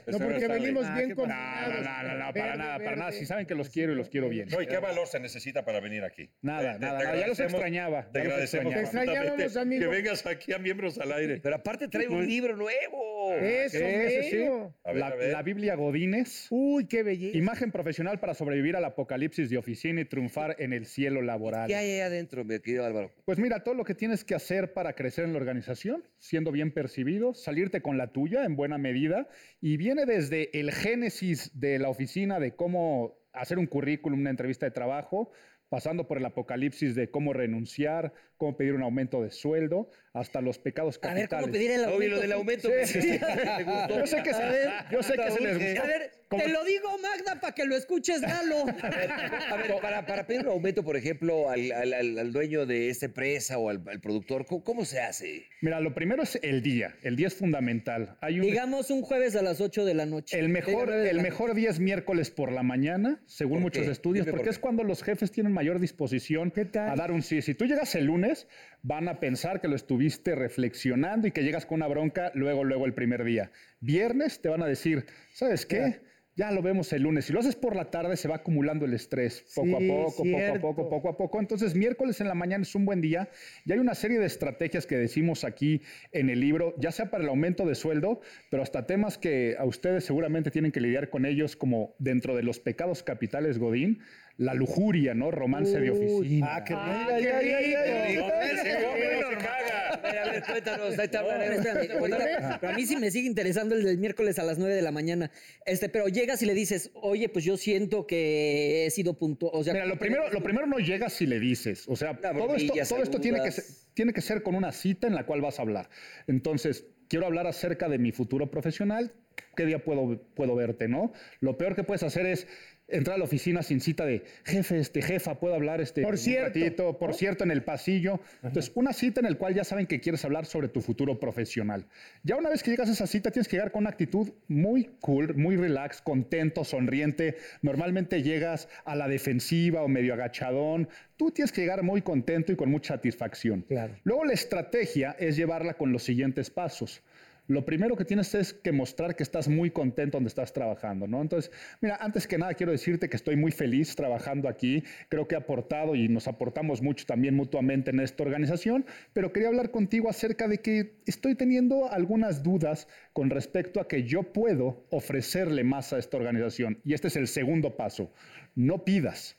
No, porque venimos bien No, no, combinados. no, no, no, Verde, para nada, para nada. verde. Si saben que los quiero y los quiero bien. No, ¿y qué valor se necesita para venir aquí? Nada, Te- te- nada, te nada, ya los agradecemos- extrañaba. Te ya los agradecemos. extrañaba. Te extrañábamos, profundamente amigo. Que vengas aquí a miembros al aire. Pues, Pero aparte trae un libro nuevo. Eso, Ese sí. mero. A ver, a La, ver. la Biblia Godínez. Uy, qué belleza. Imagen profesional para sobrevivir al apocalipsis de oficina y triunfar en el cielo laboral. ¿Qué hay ahí adentro, mi querido Álvaro? Pues mira, todo lo que tienes que hacer para crecer en la organización, siendo bien percibido, salirte con la tuya en buena medida, y viene desde el génesis de la oficina de cómo hacer un currículum, una entrevista de trabajo, pasando por el apocalipsis de cómo renunciar, cómo pedir un aumento de sueldo, hasta los pecados A ver, capitales. ¿cómo pedir el aumento? Oye, Oye, lo del aumento. pues, Me gustó. Yo sé que se, yo sé que se les A gusta. ver, Como- te lo digo, Magda, para que lo escuches, Lalo. A ver, a ver, para, para pedir un aumento, por ejemplo, al, al- al- al dueño de esta empresa o al, al productor, ¿cómo, cómo se hace? Mira, lo primero es el día. El día es fundamental. Hay un Digamos un jueves a las 8 de la noche. El mejor, Digo, nueve de el la mejor día es miércoles por la mañana, según ¿Por muchos qué? estudios, Dime por porque qué. es cuando los jefes tienen mayor disposición a dar un sí. Si tú llegas el lunes, van a pensar que lo estuviste reflexionando y que llegas con una bronca luego, luego el primer día. Viernes te van a decir, ¿sabes qué? Ya lo vemos el lunes. Si lo haces por la tarde, se va acumulando el estrés poco Sí, a poco, cierto. poco a poco, poco a poco. Entonces, miércoles en la mañana es un buen día y hay una serie de estrategias que decimos aquí en el libro, ya sea para el aumento de sueldo, pero hasta temas que a ustedes seguramente tienen que lidiar con ellos, como dentro de los pecados capitales, Godín, la lujuria, ¿no? Romance de oficina. Ah, qué Ah, rico. qué rico. A ver, a ver, cuéntanos. Ahí te hablan, Espérame, ahí te espérame, hablan. este ahorita- pero a mí sí me sigue interesando el del miércoles a las 9 de la mañana. Este, pero llegas y le dices, oye, pues yo siento que he sido puntual. O sea, Mira, lo primero, lo primero no llega si le dices. O sea, Una todo esto, bromilla, todo esto tiene, que saludas. ser, tiene que ser con una cita en la cual vas a hablar. Entonces, quiero hablar acerca de mi futuro profesional. ¿Qué día puedo, puedo verte, no? Lo peor que puedes hacer es entrar a la oficina sin cita de jefe, este, jefa, puedo hablar este Por un cierto. ratito, por cierto, en el pasillo. Entonces, una cita en la cual ya saben que quieres hablar sobre tu futuro profesional. Ya una vez que llegas a esa cita, tienes que llegar con una actitud muy cool, muy relax, contento, sonriente. Normalmente llegas a la defensiva o medio agachadón. Tú tienes que llegar muy contento y con mucha satisfacción. Luego la estrategia es llevarla con los siguientes pasos. Lo primero que tienes es que mostrar que estás muy contento donde estás trabajando, ¿no? Entonces, mira, antes que nada quiero decirte que estoy muy feliz trabajando aquí. Creo que he aportado y nos aportamos mucho también mutuamente en esta organización, pero quería hablar contigo acerca de que estoy teniendo algunas dudas con respecto a que yo puedo ofrecerle más a esta organización. Y este es el segundo paso. No pidas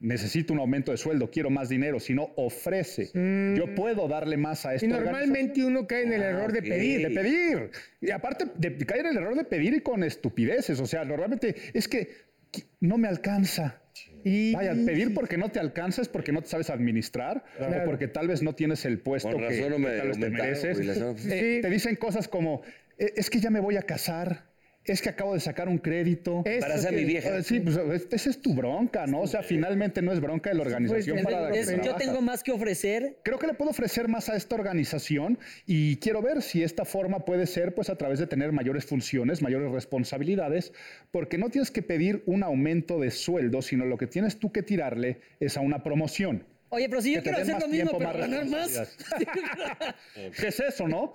necesito un aumento de sueldo, quiero más dinero, sino ofrece. Yo puedo darle más a esta Mm. Y normalmente uno cae en el error de pedir. de pedir. Y aparte de caer en el error de pedir y con estupideces. O sea, normalmente es que qui- no me alcanza. Y Vaya, pedir porque no te alcanza es porque no te sabes administrar o porque tal vez no tienes el puesto Con que, razón no me que tal vez te aumentaron, mereces. güey, la semana- Eh, Sí. Te dicen cosas como, "Eh, es que ya me voy a casar. es que acabo de sacar un crédito. Eso Para ser que- mi vieja. Eh, Sí, pues es- esa es tu bronca, ¿no? O sea, finalmente no es bronca de la organización Pues, para la que Es- yo trabajas. tengo más que ofrecer. Creo que le puedo ofrecer más a esta organización y quiero ver si esta forma puede ser pues a través de tener mayores funciones, mayores responsabilidades, porque no tienes que pedir un aumento de sueldo, sino lo que tienes tú que tirarle es a una promoción. Oye, pero si yo Que te quiero den hacer más lo mismo, tiempo, pero más ganar más. ¿Qué es eso, no?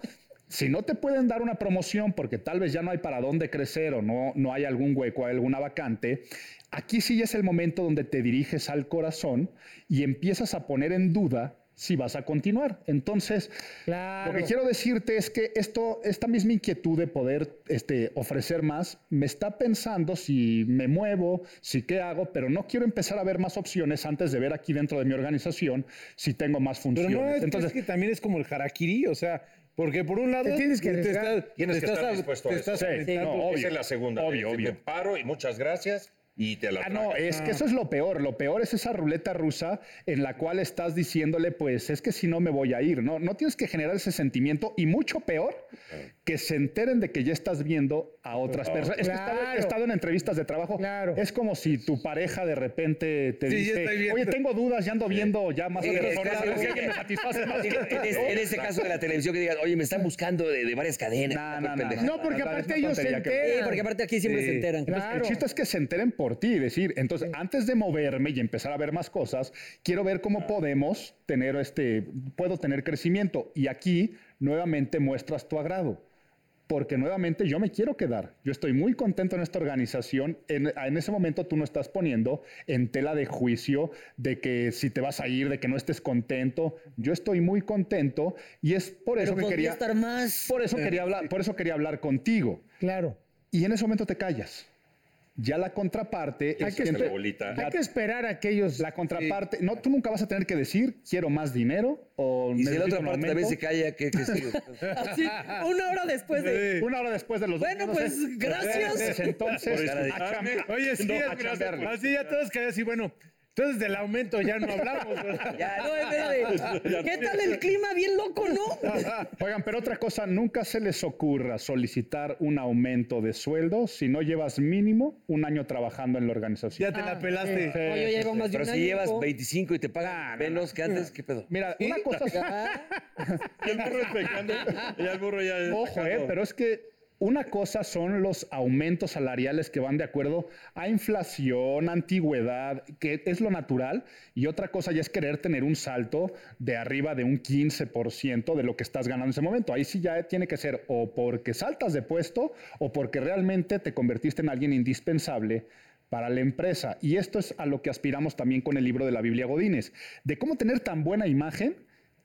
Si no te pueden dar una promoción porque tal vez ya no hay para dónde crecer o no, no hay algún hueco, hay alguna vacante, aquí sí es el momento donde te diriges al corazón y empiezas a poner en duda si vas a continuar. Entonces, lo que quiero decirte es que esto, esta misma inquietud de poder este, ofrecer más, me está pensando si me muevo, si qué hago, pero no quiero empezar a ver más opciones antes de ver aquí dentro de mi organización si tengo más Pero funciones. no, es, que- Entonces, es que también es como el harakiri, o sea, porque por un lado... Te tienes que estás- arriesgar. Tienes te que estás estar ab- dispuesto a te eso. estás Sí, aventando. no, obvio. Esa es la segunda. Obvio, Te- te obvio. paro y muchas gracias y te la Ah, no, tragas. es que eso es lo peor. Lo peor es esa ruleta rusa en la cual estás diciéndole, pues es que si no me voy a ir. No, no tienes que generar ese sentimiento y mucho peor que se enteren de que ya estás viendo a otras personas. Es que he estado- he Claro. estado en entrevistas de trabajo. Claro. Es como si tu pareja de repente te Sí, ya estoy dice, viendo. oye, tengo dudas, ya ando viendo ya más. Sí, otras es que personas, algo es que que- me satisface más que tú". En, es- en este caso de la televisión que digas, oye, me están buscando de, de varias cadenas. No, qué no, no, pendeja". No, porque no, no, aparte es una ellos se tontería que- enteran. Sí, porque aparte aquí siempre Sí. se enteran. Claro. El chiste es que se enteren por ti y decir, entonces, antes de moverme y empezar a ver más cosas, quiero ver cómo podemos tener este, puedo tener crecimiento. Y aquí nuevamente muestras tu agrado. Porque nuevamente yo me quiero quedar. Yo estoy muy contento en esta organización. En, en ese momento tú no estás poniendo en tela de juicio de que si te vas a ir, de que no estés contento. Yo estoy muy contento y es por Pero eso que podría quería. estar más. Por eso quería hablar, por eso quería hablar contigo. Eh, Claro. Y en ese momento te callas. Ya la contraparte Hay es que quien te- la bolita. Hay que esperar a que ellos. eh, la contraparte, no, tú nunca vas a tener que decir quiero más dinero o Y si la necesito otra un parte aumento. también se calla, ¿qué, qué sigue? Así, una hora después de. Una hora después de los dos, Bueno, no sé. pues gracias. Pues, entonces, Por a escucharme. chambear. Oye, sí, No, es a gracioso. chambearle. así ya todos caen así, bueno, entonces del aumento ya no hablamos. ¿verdad? No, en vez de, ¿Qué tal el clima? Bien loco, ¿no? Oigan, pero otra cosa, nunca se les ocurra solicitar un aumento de sueldo si no llevas mínimo un año trabajando en la organización. Ya te la pelaste. No, yo llevo más de Pero un si año, llevas hijo. 25 y te pagan menos que antes, ¿qué pedo? Mira, una cosa es- Y el burro despejando, y el burro ya. Ojo, eh, pero es que una cosa son los aumentos salariales que van de acuerdo a inflación, antigüedad, que es lo natural, y otra cosa ya es querer tener un salto de arriba de un 15% de lo que estás ganando en ese momento. Ahí sí ya tiene que ser o porque saltas de puesto o porque realmente te convertiste en alguien indispensable para la empresa. Y esto es a lo que aspiramos también con el libro de la Biblia Godínez, de cómo tener tan buena imagen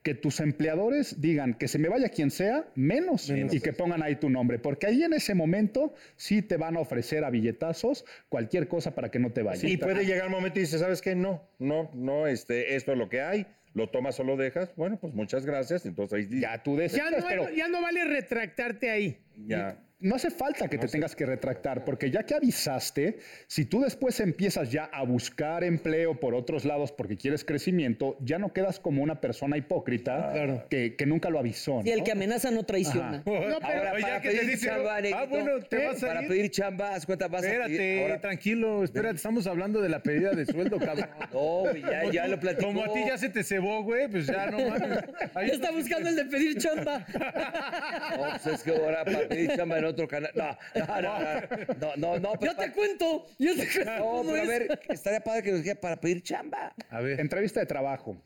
que tus empleadores digan que se me vaya quien sea, menos, y que pongan ahí tu nombre, porque ahí en ese momento sí te van a ofrecer a billetazos cualquier cosa para que no te vayas. Y puede llegar un momento y dices, ¿sabes qué? No, no, no, este, esto es lo que hay, lo tomas o lo dejas. Bueno, pues muchas gracias. Entonces ahí di- Ah, ya tú decides, Ya no, pero ya no vale retractarte ahí. ya. no hace falta que te tengas que retractar, porque ya que avisaste, si tú después empiezas ya a buscar empleo por otros lados porque quieres crecimiento, ya no quedas como una persona hipócrita que, que nunca lo avisó. Y el ¿no? que amenaza no traiciona. No, pero- Ahora, Oye, ya para que te pedir dicen, chamba, ah, negrito, ¿eh? bueno, ¿eh? te vas a para ir. pedir chamba, haz cuenta, vas a pedir... Espérate, ahora- tranquilo, espérate, estamos hablando de la pedida de sueldo, cabrón. No, güey, ya, Como ya tú- lo platicó. Como a ti ya se te cebó, güey, pues ya no mames. Ahí Ya está buscando el de pedir chamba. No, pues es que ahora para pedir chamba en otro canal... No, no, no, no, no, no, no, pero Yo te cuento. Yo te cuento No, cómo pero a es. ver, estaría padre que nos dijera para pedir chamba. A ver. Entrevista de trabajo.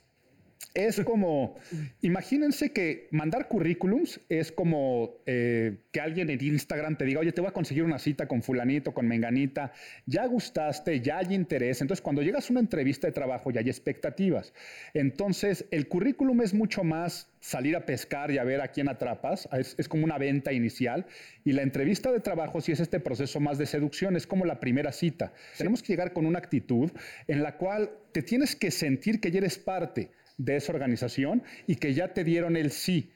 Es como, imagínense que mandar currículums es como eh, que alguien en Instagram te diga, oye, te voy a conseguir una cita con fulanito, con menganita, ya gustaste, ya hay interés. Entonces, cuando llegas a una entrevista de trabajo ya hay expectativas. Entonces, el currículum es mucho más salir a pescar y a ver a quién atrapas, es, es como una venta inicial. Y la entrevista de trabajo sí es este proceso más de seducción, es como la primera cita. Tenemos que llegar con una actitud en la cual te tienes que sentir que ya eres parte de esa organización y que ya te dieron el sí.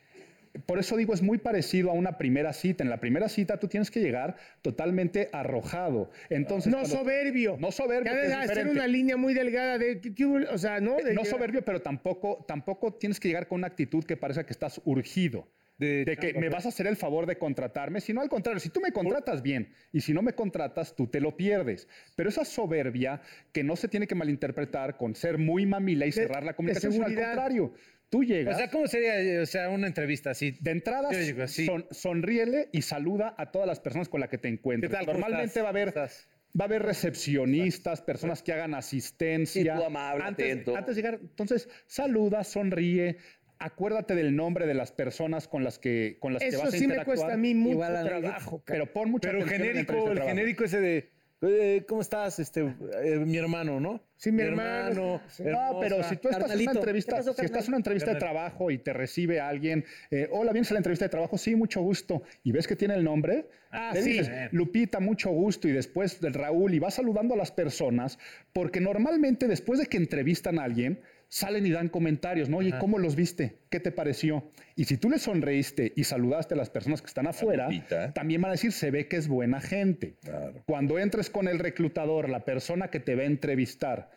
Por eso digo, es muy parecido a una primera cita. En la primera cita tú tienes que llegar totalmente arrojado. Entonces, No cuando- soberbio. No soberbio, Ya que es de hacer diferente. Eh, una línea muy delgada de. ¿qué- qué hubo? o sea, ¿no? De- no soberbio, pero tampoco, tampoco tienes que llegar con una actitud que parece que estás urgido. De, de que me vas a hacer el favor de contratarme, sino al contrario, si tú me contratas bien y si no me contratas, tú te lo pierdes. Pero esa soberbia que no se tiene que malinterpretar con ser muy mamila y cerrar la de comunicación, sino al seguridad. contrario, tú O llegas. sea, ¿cómo sería eh, o sea, una entrevista así? de entrada, Yo digo, sí. son- sonríele y saluda a todas las personas con las que te encuentres. ¿Qué tal? ¿Cómo Normalmente estás? va a haber, ¿Cómo estás? va a haber recepcionistas, personas que hagan asistencia. Sí, tú amable, antes, atento. antes de llegar, entonces saluda, sonríe, acuérdate del nombre de las personas con las que, con las que Eso vas a sí me interactuar. cuesta a mí mucho Igual a mí. trabajo, cara. Pero pon mucha Pero atención en la genérico, entrevista de el trabajo. genérico ese de. eh, ¿Cómo estás? Este, eh, mi hermano, ¿no? Sí, mi hermano, sí. No, pero si tú estás en una Carnalito. entrevista, ¿Qué pasó, si estás en una carnal? entrevista de trabajo y te recibe alguien, eh, hola, ¿vienes a la entrevista de trabajo? Sí, mucho gusto. Y ves que tiene el nombre, Ah, le sí. dices, Lupita, mucho gusto. Y después del Raúl, y vas saludando a las personas, porque normalmente después de que entrevistan a alguien, salen y dan comentarios, ¿no? Oye, ¿cómo los viste? ¿Qué te pareció? Y si tú le sonreíste y saludaste a las personas que están afuera, Lupita. también van a decir, se ve que es buena gente. Cuando entres con el reclutador, la persona que te va a entrevistar,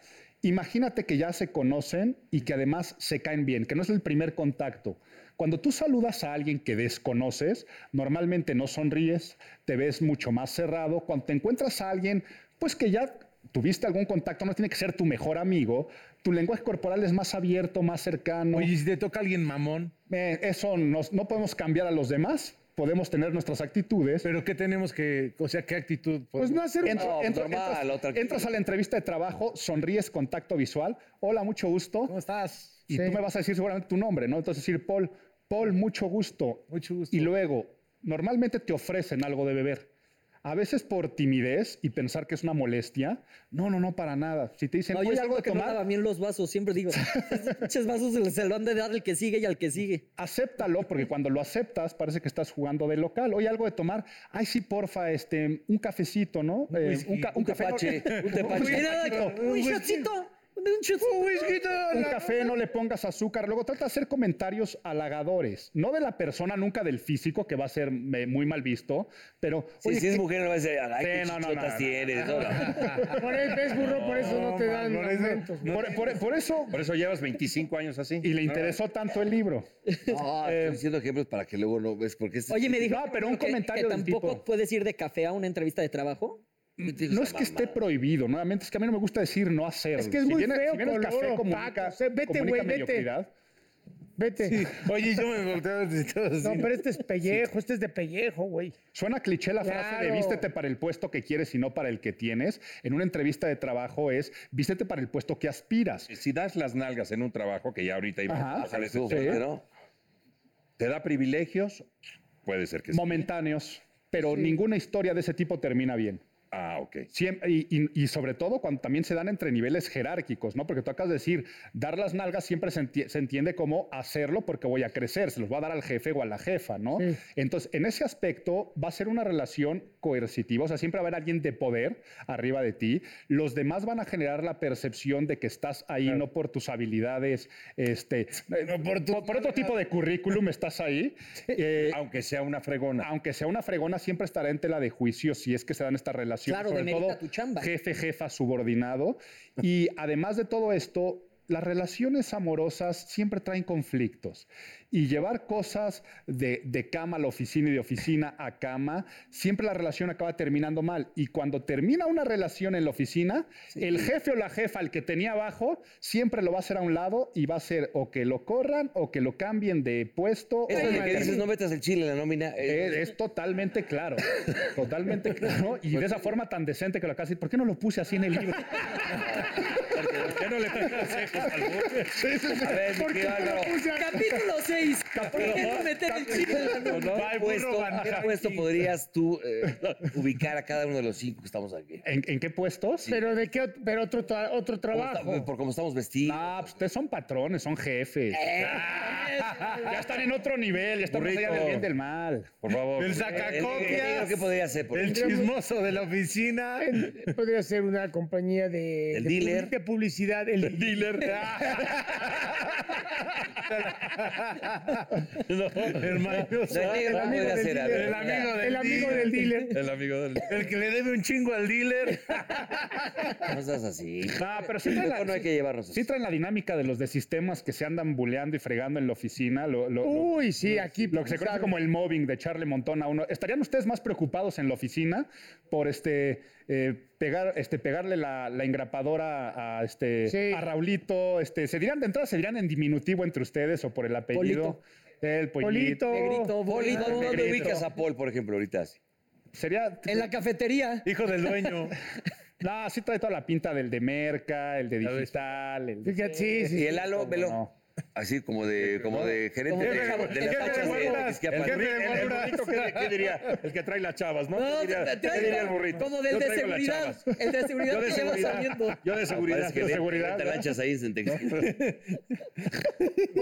imagínate que ya se conocen y que además se caen bien, que no es el primer contacto. Cuando tú saludas a alguien que desconoces, normalmente no sonríes, te ves mucho más cerrado. Cuando te encuentras a alguien, pues que ya tuviste algún contacto, no tiene que ser tu mejor amigo, tu lenguaje corporal es más abierto, más cercano. Oye, ¿y si te toca alguien mamón, Eh, eso nos- no podemos cambiar a los demás, podemos tener nuestras actitudes. ¿pero qué tenemos que.? O sea, ¿qué actitud? Pues no hacer No, entra- entra- normal, entras, otra- entras a la entrevista de trabajo, sonríes, contacto visual. Hola, mucho gusto. ¿Cómo estás? Y tú me vas a decir seguramente tu nombre, ¿no? Entonces decir, Paul, Paul, mucho gusto. Mucho gusto. Y luego, normalmente te ofrecen algo de beber. A veces por timidez y pensar que es una molestia. No, no, no, para nada. Si te dicen, No, yo oye, siento algo de que no tomar, lavan bien los vasos, siempre digo. Esos pinches vasos se- se lo han de dar al que sigue y al que sigue. acéptalo, porque cuando lo aceptas parece que estás jugando de local. Oye, algo de tomar. Ay, sí, porfa, este, un cafecito, ¿no? Eh, whisky, ca- Un café, ¿no? tepache, un tepache. Mira, un shotcito, un shotcito. un café, no le pongas azúcar. Luego trata de hacer comentarios halagadores. No de la persona, nunca del físico, que va a ser me- muy mal visto, pero. Sí, oye, si es ¿qué- mujer, no va a decir, ay, qué Sí, no, no, chichotas no, no. tienes. no, no. Por el pez burro, por eso no, te man, dan por eso- aumentos. por, por- por eso. Por eso llevas 25 años así. Y le interesó tanto el libro. No, estoy diciendo ejemplos para que luego no ves, porque este Oye, me dijo. No, pero un que- comentario Que del tampoco tipo. puedes ir de café a una entrevista de trabajo. No es que esté prohibido, nuevamente, es que a mí no me gusta decir no hacerlo. Es que es muy feo, si viene el color café opaco. comunica, O sea, vete, comunica güey, vete. mediocridad. Vete. Oye, yo me volteo de todo así. No, pero este es pellejo, este es de pellejo, güey. Suena cliché la frase de Claro. vístete para el puesto que quieres y no para el que tienes. En una entrevista de trabajo es vístete para el puesto que aspiras. Si das las nalgas en un trabajo, que ya ahorita iba Ajá. a pasar eso, tú, ¿no? ¿te da privilegios? Puede ser que sí. Momentáneos, pero ninguna historia de ese tipo termina bien. Ah, ok. Siem- y, y- y sobre todo cuando también se dan entre niveles jerárquicos, ¿no? Porque tú acabas de decir, dar las nalgas siempre se, enti- se entiende como hacerlo porque voy a crecer, se los voy a dar al jefe o a la jefa, ¿no? Entonces, en ese aspecto va a ser una relación coercitiva, o sea, siempre va a haber alguien de poder arriba de ti, los demás van a generar la percepción de que estás ahí no por tus habilidades, este, por, por otro tipo de currículum estás ahí. eh, Aunque sea una fregona. aunque sea una fregona, siempre estará en tela de juicio si es que se dan estas relaciones. Claro, sobre demerita todo tu chamba. jefe, jefa, subordinado. Y además de todo esto, las relaciones amorosas siempre traen conflictos. Y llevar cosas de, de cama a la oficina y de oficina a cama, siempre la relación acaba terminando mal. Y cuando termina una relación en la oficina, el jefe o la jefa, el que tenía abajo, siempre lo va a hacer a un lado y va a ser o que lo corran o que lo cambien de puesto. o Eso de que termine dices, no metas el chile en la nómina. eh, es, es totalmente claro, totalmente claro. Y Pues de esa forma tan decente que lo casi, ¿por qué no lo puse así en el libro? ¿Por qué no le das consejos al burro? a ver, mi querido Álvaro, Capítulo 6. ¿Por qué no meter el chip en la ¿no? nube? ¿Qué puesto- ¿Qué puesto podrías tú eh, ubicar a cada uno de los cinco que estamos aquí? ¿En, en qué puestos? Pero de qué ot- pero otro, tra- otro ¿Cómo está- trabajo. por cómo estamos vestidos. Ah, pues ustedes son patrones, son jefes. Eh, Ah, ya están en otro nivel, ya están más allá del Burrito. bien del mal. Por favor. El Eh, El- el- el negro, sacacopias. ¿Qué podría hacer? por El ejemplo? chismoso de la oficina. Podría ser una compañía de, El de publi- dealer. de publicidad, el Dealer. No, Hermano, negro no puede hacer, a ver, el venga. amigo del, dealer. El amigo del. el que le debe un chingo al dealer. No seas así. No, pero sí traen, Eh, Mejor no la, hay que llevarnos sí así. traen la dinámica de los de sistemas que se andan buleando y fregando en la oficina. Lo, lo- Uh, lo- Uy, sí, aquí. lo que se conoce como el mobbing de echarle montón a uno. ¿Estarían ustedes más preocupados en la oficina por este, eh, pegar, este, pegarle la, la engrapadora a, este, Sí. a Raulito? Este, ¿Se dirían de entrada, se dirían en diminutivo entre ustedes o por el apellido? El pollito. Polito. Negrito, Poli, bonito, ¿dónde negrito. ubicas a Paul, por ejemplo, ahorita? así? Sería. En la cafetería. Hijo del dueño. No, sí trae toda la pinta del de merca, el de ves. digital, el de- Fíjate, sí, sí. Y el Lalo, ¿Cómo velo. no? Así como de, como de gerente Como de, jefe de la tacha de, de Izquiapan. burrito, ¿qué, qué diría? El que trae las chavas, ¿no? No, ¿Qué diría, te- te- qué diría el burrito? Como del Yo de traigo las seguridad. chavas. El de seguridad Yo de que lleva seguridad. saliendo. Yo de seguridad. Parece que yo de de- seguridad. te lanchas ahí en Textil.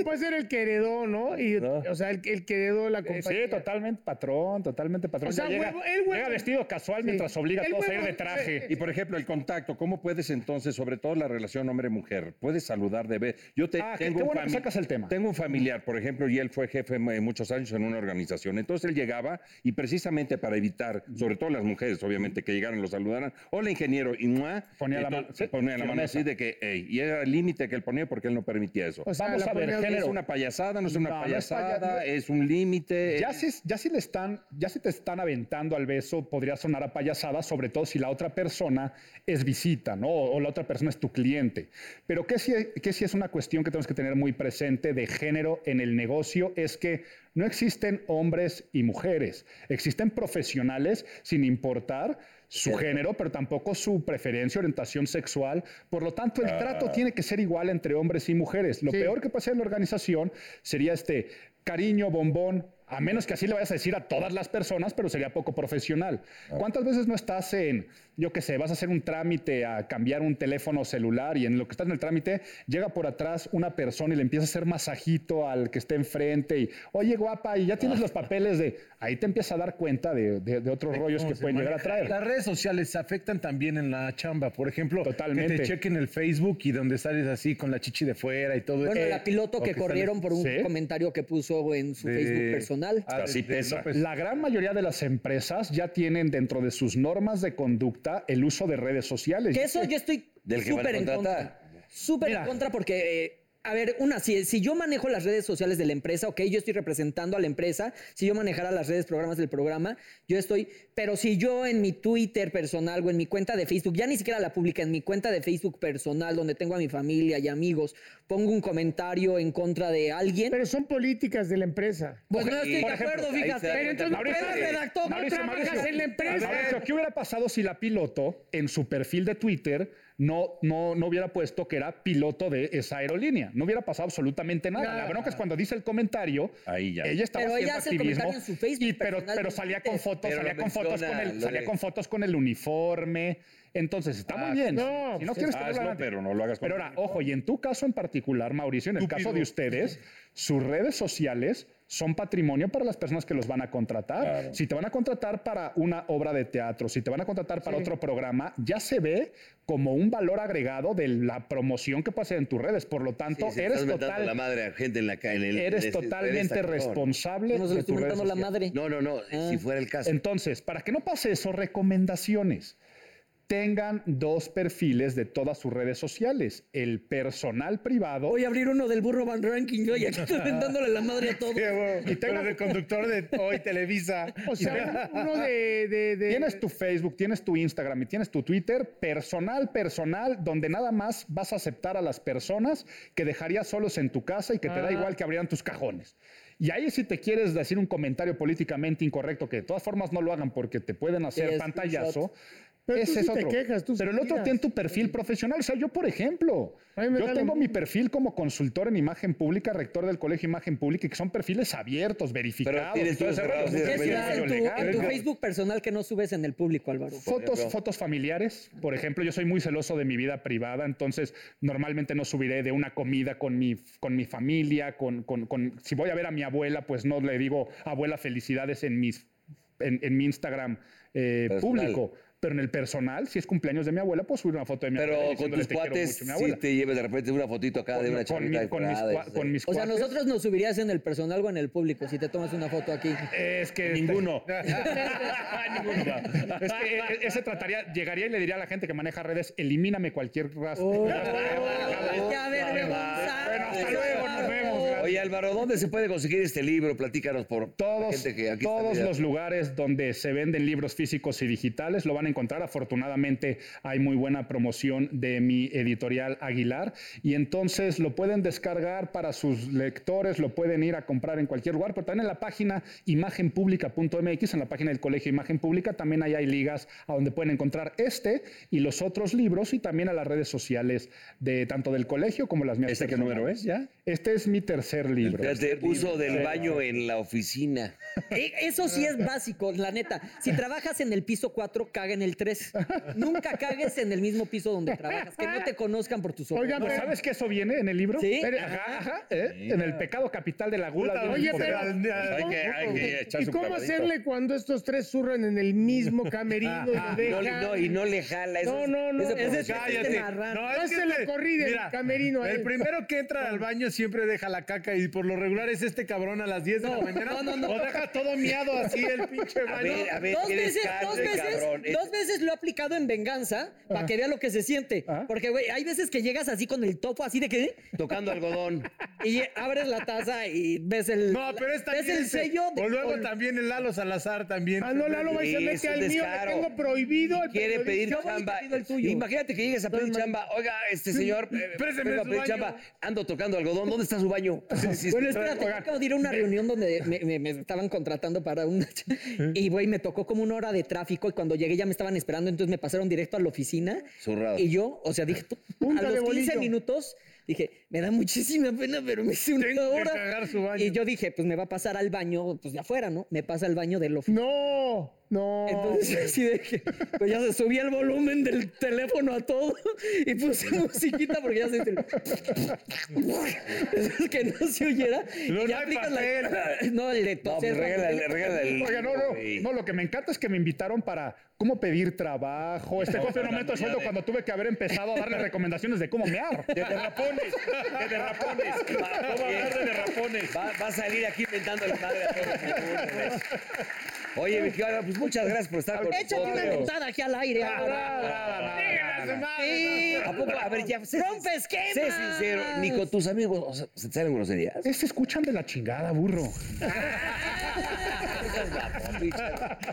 Puede ser el que heredó, ¿no? Y, O sea, el, el que heredó la Eh, compañía. Sí, totalmente patrón, totalmente patrón. O sea, Ya llega, huevo- el huevo- llega vestido casual mientras obliga a El todos a ir huevo- de traje. Y por ejemplo, el contacto, ¿cómo puedes entonces, sobre todo la relación hombre-mujer? Puedes saludar de vez. Yo te, Ah, qué- tengo qué un bueno que fami- sacas el tema. Tengo un familiar, por ejemplo, y él fue jefe eh, muchos años en una organización. Entonces él llegaba y precisamente para evitar, sobre todo las mujeres, obviamente, que llegaran y lo saludaran, hola ingeniero, y muá, Ponía la entonces, mano, sí, ponía la sí, mano honesta. así de que, "Ey", y era el límite que él ponía porque él no permitía eso. O sea, Vamos la a ver, ponía- género. es una payasada, no es una No, no es payasada, paya- no- es un límite. eh, Ya si, ya, si le están, ya si te están aventando al beso, podría sonar a payasada, sobre todo si la otra persona es visita, ¿no? O, o la otra persona es tu cliente. Pero que sí, que sí es una cuestión que tenemos que tener muy presente de género en el negocio es que no existen hombres y mujeres. Existen profesionales sin importar su género, pero tampoco su preferencia, orientación sexual. Por lo tanto, el trato tiene que ser igual entre hombres y mujeres. Lo Sí. peor que puede ser en la organización sería este cariño, bombón, a menos que así le vayas a decir a todas las personas, pero sería poco profesional. Ah. ¿Cuántas veces no estás en, yo qué sé, vas a hacer un trámite a cambiar un teléfono celular y en lo que estás en el trámite llega por atrás una persona y le empieza a hacer masajito al que esté enfrente y, oye guapa, y ya Ah. tienes los papeles de, ahí te empiezas a dar cuenta de, de- de otros rollos que pueden llegar a traer. Las redes sociales afectan también en la chamba. Por ejemplo, Totalmente. que te chequen el Facebook y donde sales así con la chichi de fuera y todo Bueno, eso. la piloto O que sales- corrieron por un Sí. comentario que puso en su de- Facebook personal. Ah, Así de- de pesa. López. La gran mayoría de las empresas ya tienen dentro de sus normas de conducta el uso de redes sociales. Que eso yo estoy Del que van a súper en contratar. contra. Súper en contra porque, eh, a ver, una, si, si yo manejo las redes sociales de la empresa, ok, yo estoy representando a la empresa, si yo manejara las redes programas del programa, yo estoy, pero si yo en mi Twitter personal o en mi cuenta de Facebook, ya ni siquiera la pública, en mi cuenta de Facebook personal, donde tengo a mi familia y amigos, pongo un comentario en contra de alguien. Pero son políticas de la empresa. pues no y- estoy por de ejemplo, acuerdo, ahí se fíjate. da Pero cuenta, entonces no Mauricio, puedes sí. redactar, no trabajas en la empresa. Mauricio, ¿qué hubiera pasado si la piloto en su perfil de Twitter no, no, no hubiera puesto que era piloto de esa aerolínea? No hubiera pasado absolutamente nada. La bronca es cuando dice el comentario. Ahí ya. Ella estaba Pero ella haciendo hace el activismo. comentario en su Facebook y- pero, personal, pero no salía en con Twitter. fotos, Pero salía lo con fotos con menciona, el, lo salía de- con fotos con el uniforme. Entonces, está muy bien. no, si no pues quieres que Hazlo, hablaran de- pero no lo hagas con pero ahora, ojo, y en tu caso en particular, Mauricio, en el caso de ustedes, sus redes sociales son patrimonio para las personas que los van a contratar. Claro. Si te van a contratar para una obra de teatro, si te van a contratar para otro programa, ya se ve como un valor agregado de la promoción que puede hacer en tus redes. Por lo Sí, tanto, se eres estás mentando total- la madre a gente en la calle. eres totalmente responsable. Nos lo de estoy tus redes mentando la madre. sociales. No, no, no. Si fuera el caso. Entonces, para que no pase eso, recomendaciones. Tengan dos perfiles de todas sus redes sociales, el personal privado Voy a abrir uno del burro Van Ranking yo y aquí estoy vendándole la madre a todos. Y tengo el conductor de hoy Televisa. O sea, uno de. de- de- Tienes tu Facebook, tienes tu Instagram y tienes tu Twitter personal, personal, donde nada más vas a aceptar a las personas que dejarías solos en tu casa y que Ah. te da igual que abrieran tus cajones. Y ahí si te quieres decir un comentario políticamente incorrecto, que de todas formas no lo hagan porque te pueden hacer es pantallazo. Pero tú ese sí es te otro. quejas, tú sí Pero el otro tiras. tiene tu perfil profesional. O sea, yo, por ejemplo, A mí me da yo lo tengo mi mismo. perfil como consultor en imagen pública, rector del colegio de imagen pública, y que son perfiles abiertos, verificados. tienes todo tú ese rollo. cerrado, sí, de ¿Qué repente subes Muchas gracias, en tu, legal. en tu Yo- Facebook personal que no subes en el público, Álvaro? Fotos, fotos familiares, por ejemplo, yo soy muy celoso de mi vida privada, entonces normalmente no subiré de una comida con mi, con mi familia, con, con- con- si voy a ver a mi abuela, pues no le digo abuela felicidades en, mis, en, en mi Instagram eh, Personal. público. pero en el personal, si es cumpleaños de mi abuela, puedo subir una foto de mi Pero abuela. con diciéndole, tus "Te quiero cuates, mucho, mi sí abuela". te lleves de repente una fotito acá de eh. una con, mi- chavita con mis, decorada, cua- eso. con mis O sea, cuates, nosotros nos subirías en el personal o en el público si te tomas una foto aquí. Es que Ninguno. Ninguno va. Es que e- ese trataría, llegaría y le diría a la gente que maneja redes, elimíname cualquier rastro. Ya vergüenza. Bueno, hasta luego, nos vemos. gracias. Oye, Álvaro, ¿dónde se puede conseguir este libro? Platícanos por la Todos, gente que aquí está todos mirando. los lugares donde se venden libros físicos y digitales lo van a encontrar. Afortunadamente hay muy buena promoción de mi editorial Aguilar y entonces lo pueden descargar para sus lectores, lo pueden ir a comprar en cualquier lugar, pero también en la página imagenpublica.mx, en la página del Colegio Imagen Pública, también ahí hay ligas a donde pueden encontrar este y los otros libros y también a las redes sociales de tanto del colegio como las mías. ¿Este qué número personales. es ya? Este es mi tercer libro. Fíjate, uso del baño en la oficina. Eh, Eso sí es básico, la neta. Si trabajas en el piso 4, caga en el 3. Nunca cagues en el mismo piso donde trabajas. Que no te conozcan por tus ojos. Oigan, pero ¿sabes que eso viene en el libro? Sí. Pero- ajá, ajá, ¿eh? En el pecado capital de la gula. Puta, viene Oye, por- pero. Hay ¿cómo- que, hay que echar ¿Y su cómo clavadito. hacerle cuando estos tres zurran en el mismo camerino y lo No, le- dejan? no, y no le jala. eso No, es- no, no. es de Ese es cállate. este marrano. No, es que Pásela este- corrida en el camerino a El él. primero que entra al baño siempre deja la caca y por lo regular es este cabrón a las 10 de la mañana. no, no, no. O deja todo miado así el pinche A baño. ver, a ver, dos qué veces, descaro, dos veces, cabrón. dos veces lo he aplicado en venganza para que vea lo que se siente. Porque, güey, hay veces que llegas así con el topo, así de que. Tocando algodón. Y abres la taza y ves el. No, pero es ves también. el ese. sello de. O luego con- también el Lalo Salazar también. Ah, no, Lalo va y se Sí, es mete un al mío. Le descaro. tengo prohibido al Quiere pedir periodista. chamba. pedido el tuyo. Imagínate que llegues a pedir chamba. Oiga, este señor, eh, Présteme vengo a su pedir baño. chamba. Ando tocando algodón. ¿Dónde está su baño? Sí, Bueno, sí. espérate, yo acabo de ir a una reunión donde me, me- me estaban contratando para una... ¿Eh? Y, güey, me tocó como una hora de tráfico y cuando llegué ya me estaban esperando, entonces me pasaron directo a la oficina. Zurrado. Y yo, o sea, dije, "Tú", a Púntale, los 15 bolillo. minutos, dije, me da muchísima pena, pero me hice una Tengo que hora. cagar su baño. Y yo dije, pues me va a pasar al baño, pues de afuera, ¿no? Me pasa al baño de la oficina. No, no. Entonces así de que, pues ya se subía el volumen del teléfono a todo y puse musiquita porque ya se es que no se oyera. y No, no ya hay aplicas la, no, el de No, toser, pues regálale, regálale el- Oiga, no, no, güey. no, lo que me encanta es que me invitaron para cómo pedir trabajo. Este fue un aumento de sueldo cuando tuve que haber empezado a darle recomendaciones de cómo mear. De derrapones, de derrapones. Ah, No va a hablar de derrapones. Va, va a salir aquí inventando la madre a todos. seguro. Oye, mi querido Álvaro, pues muchas gracias por estar con Échate una nosotros. mentada aquí al aire. ahora. Sí. ¿A poco? A ver, ya. Sé, Rompe esquema. sé sincero, ni con tus amigos o sea, se te salen groserías. Es que escuchan de la chingada, burro.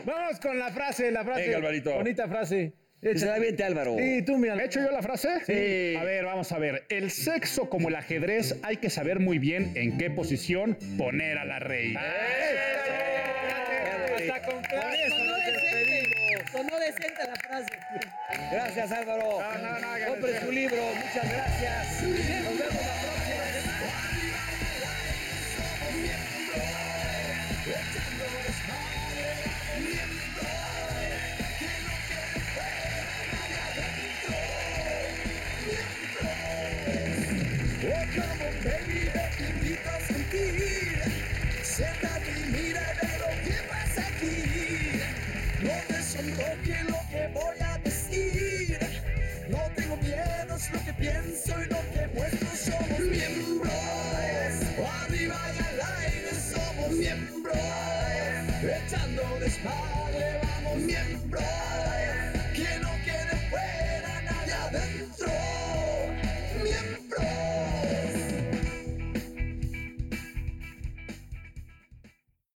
Vamos con la frase, la frase. Venga, Alvarito. Bonita frase. Que Se da bien, Álvaro. Sí, tú, mi ¿He hecho yo la frase? Sí. A ver, vamos a ver. El sexo como el ajedrez, hay que saber muy bien en qué posición poner a la reina. Hasta con clase. Sonó decente. Sonó decente la frase. Gracias, Álvaro. Compre su libro. Muchas gracias. Nos vemos la próxima. Echando desmadre, vamos miembros. Que no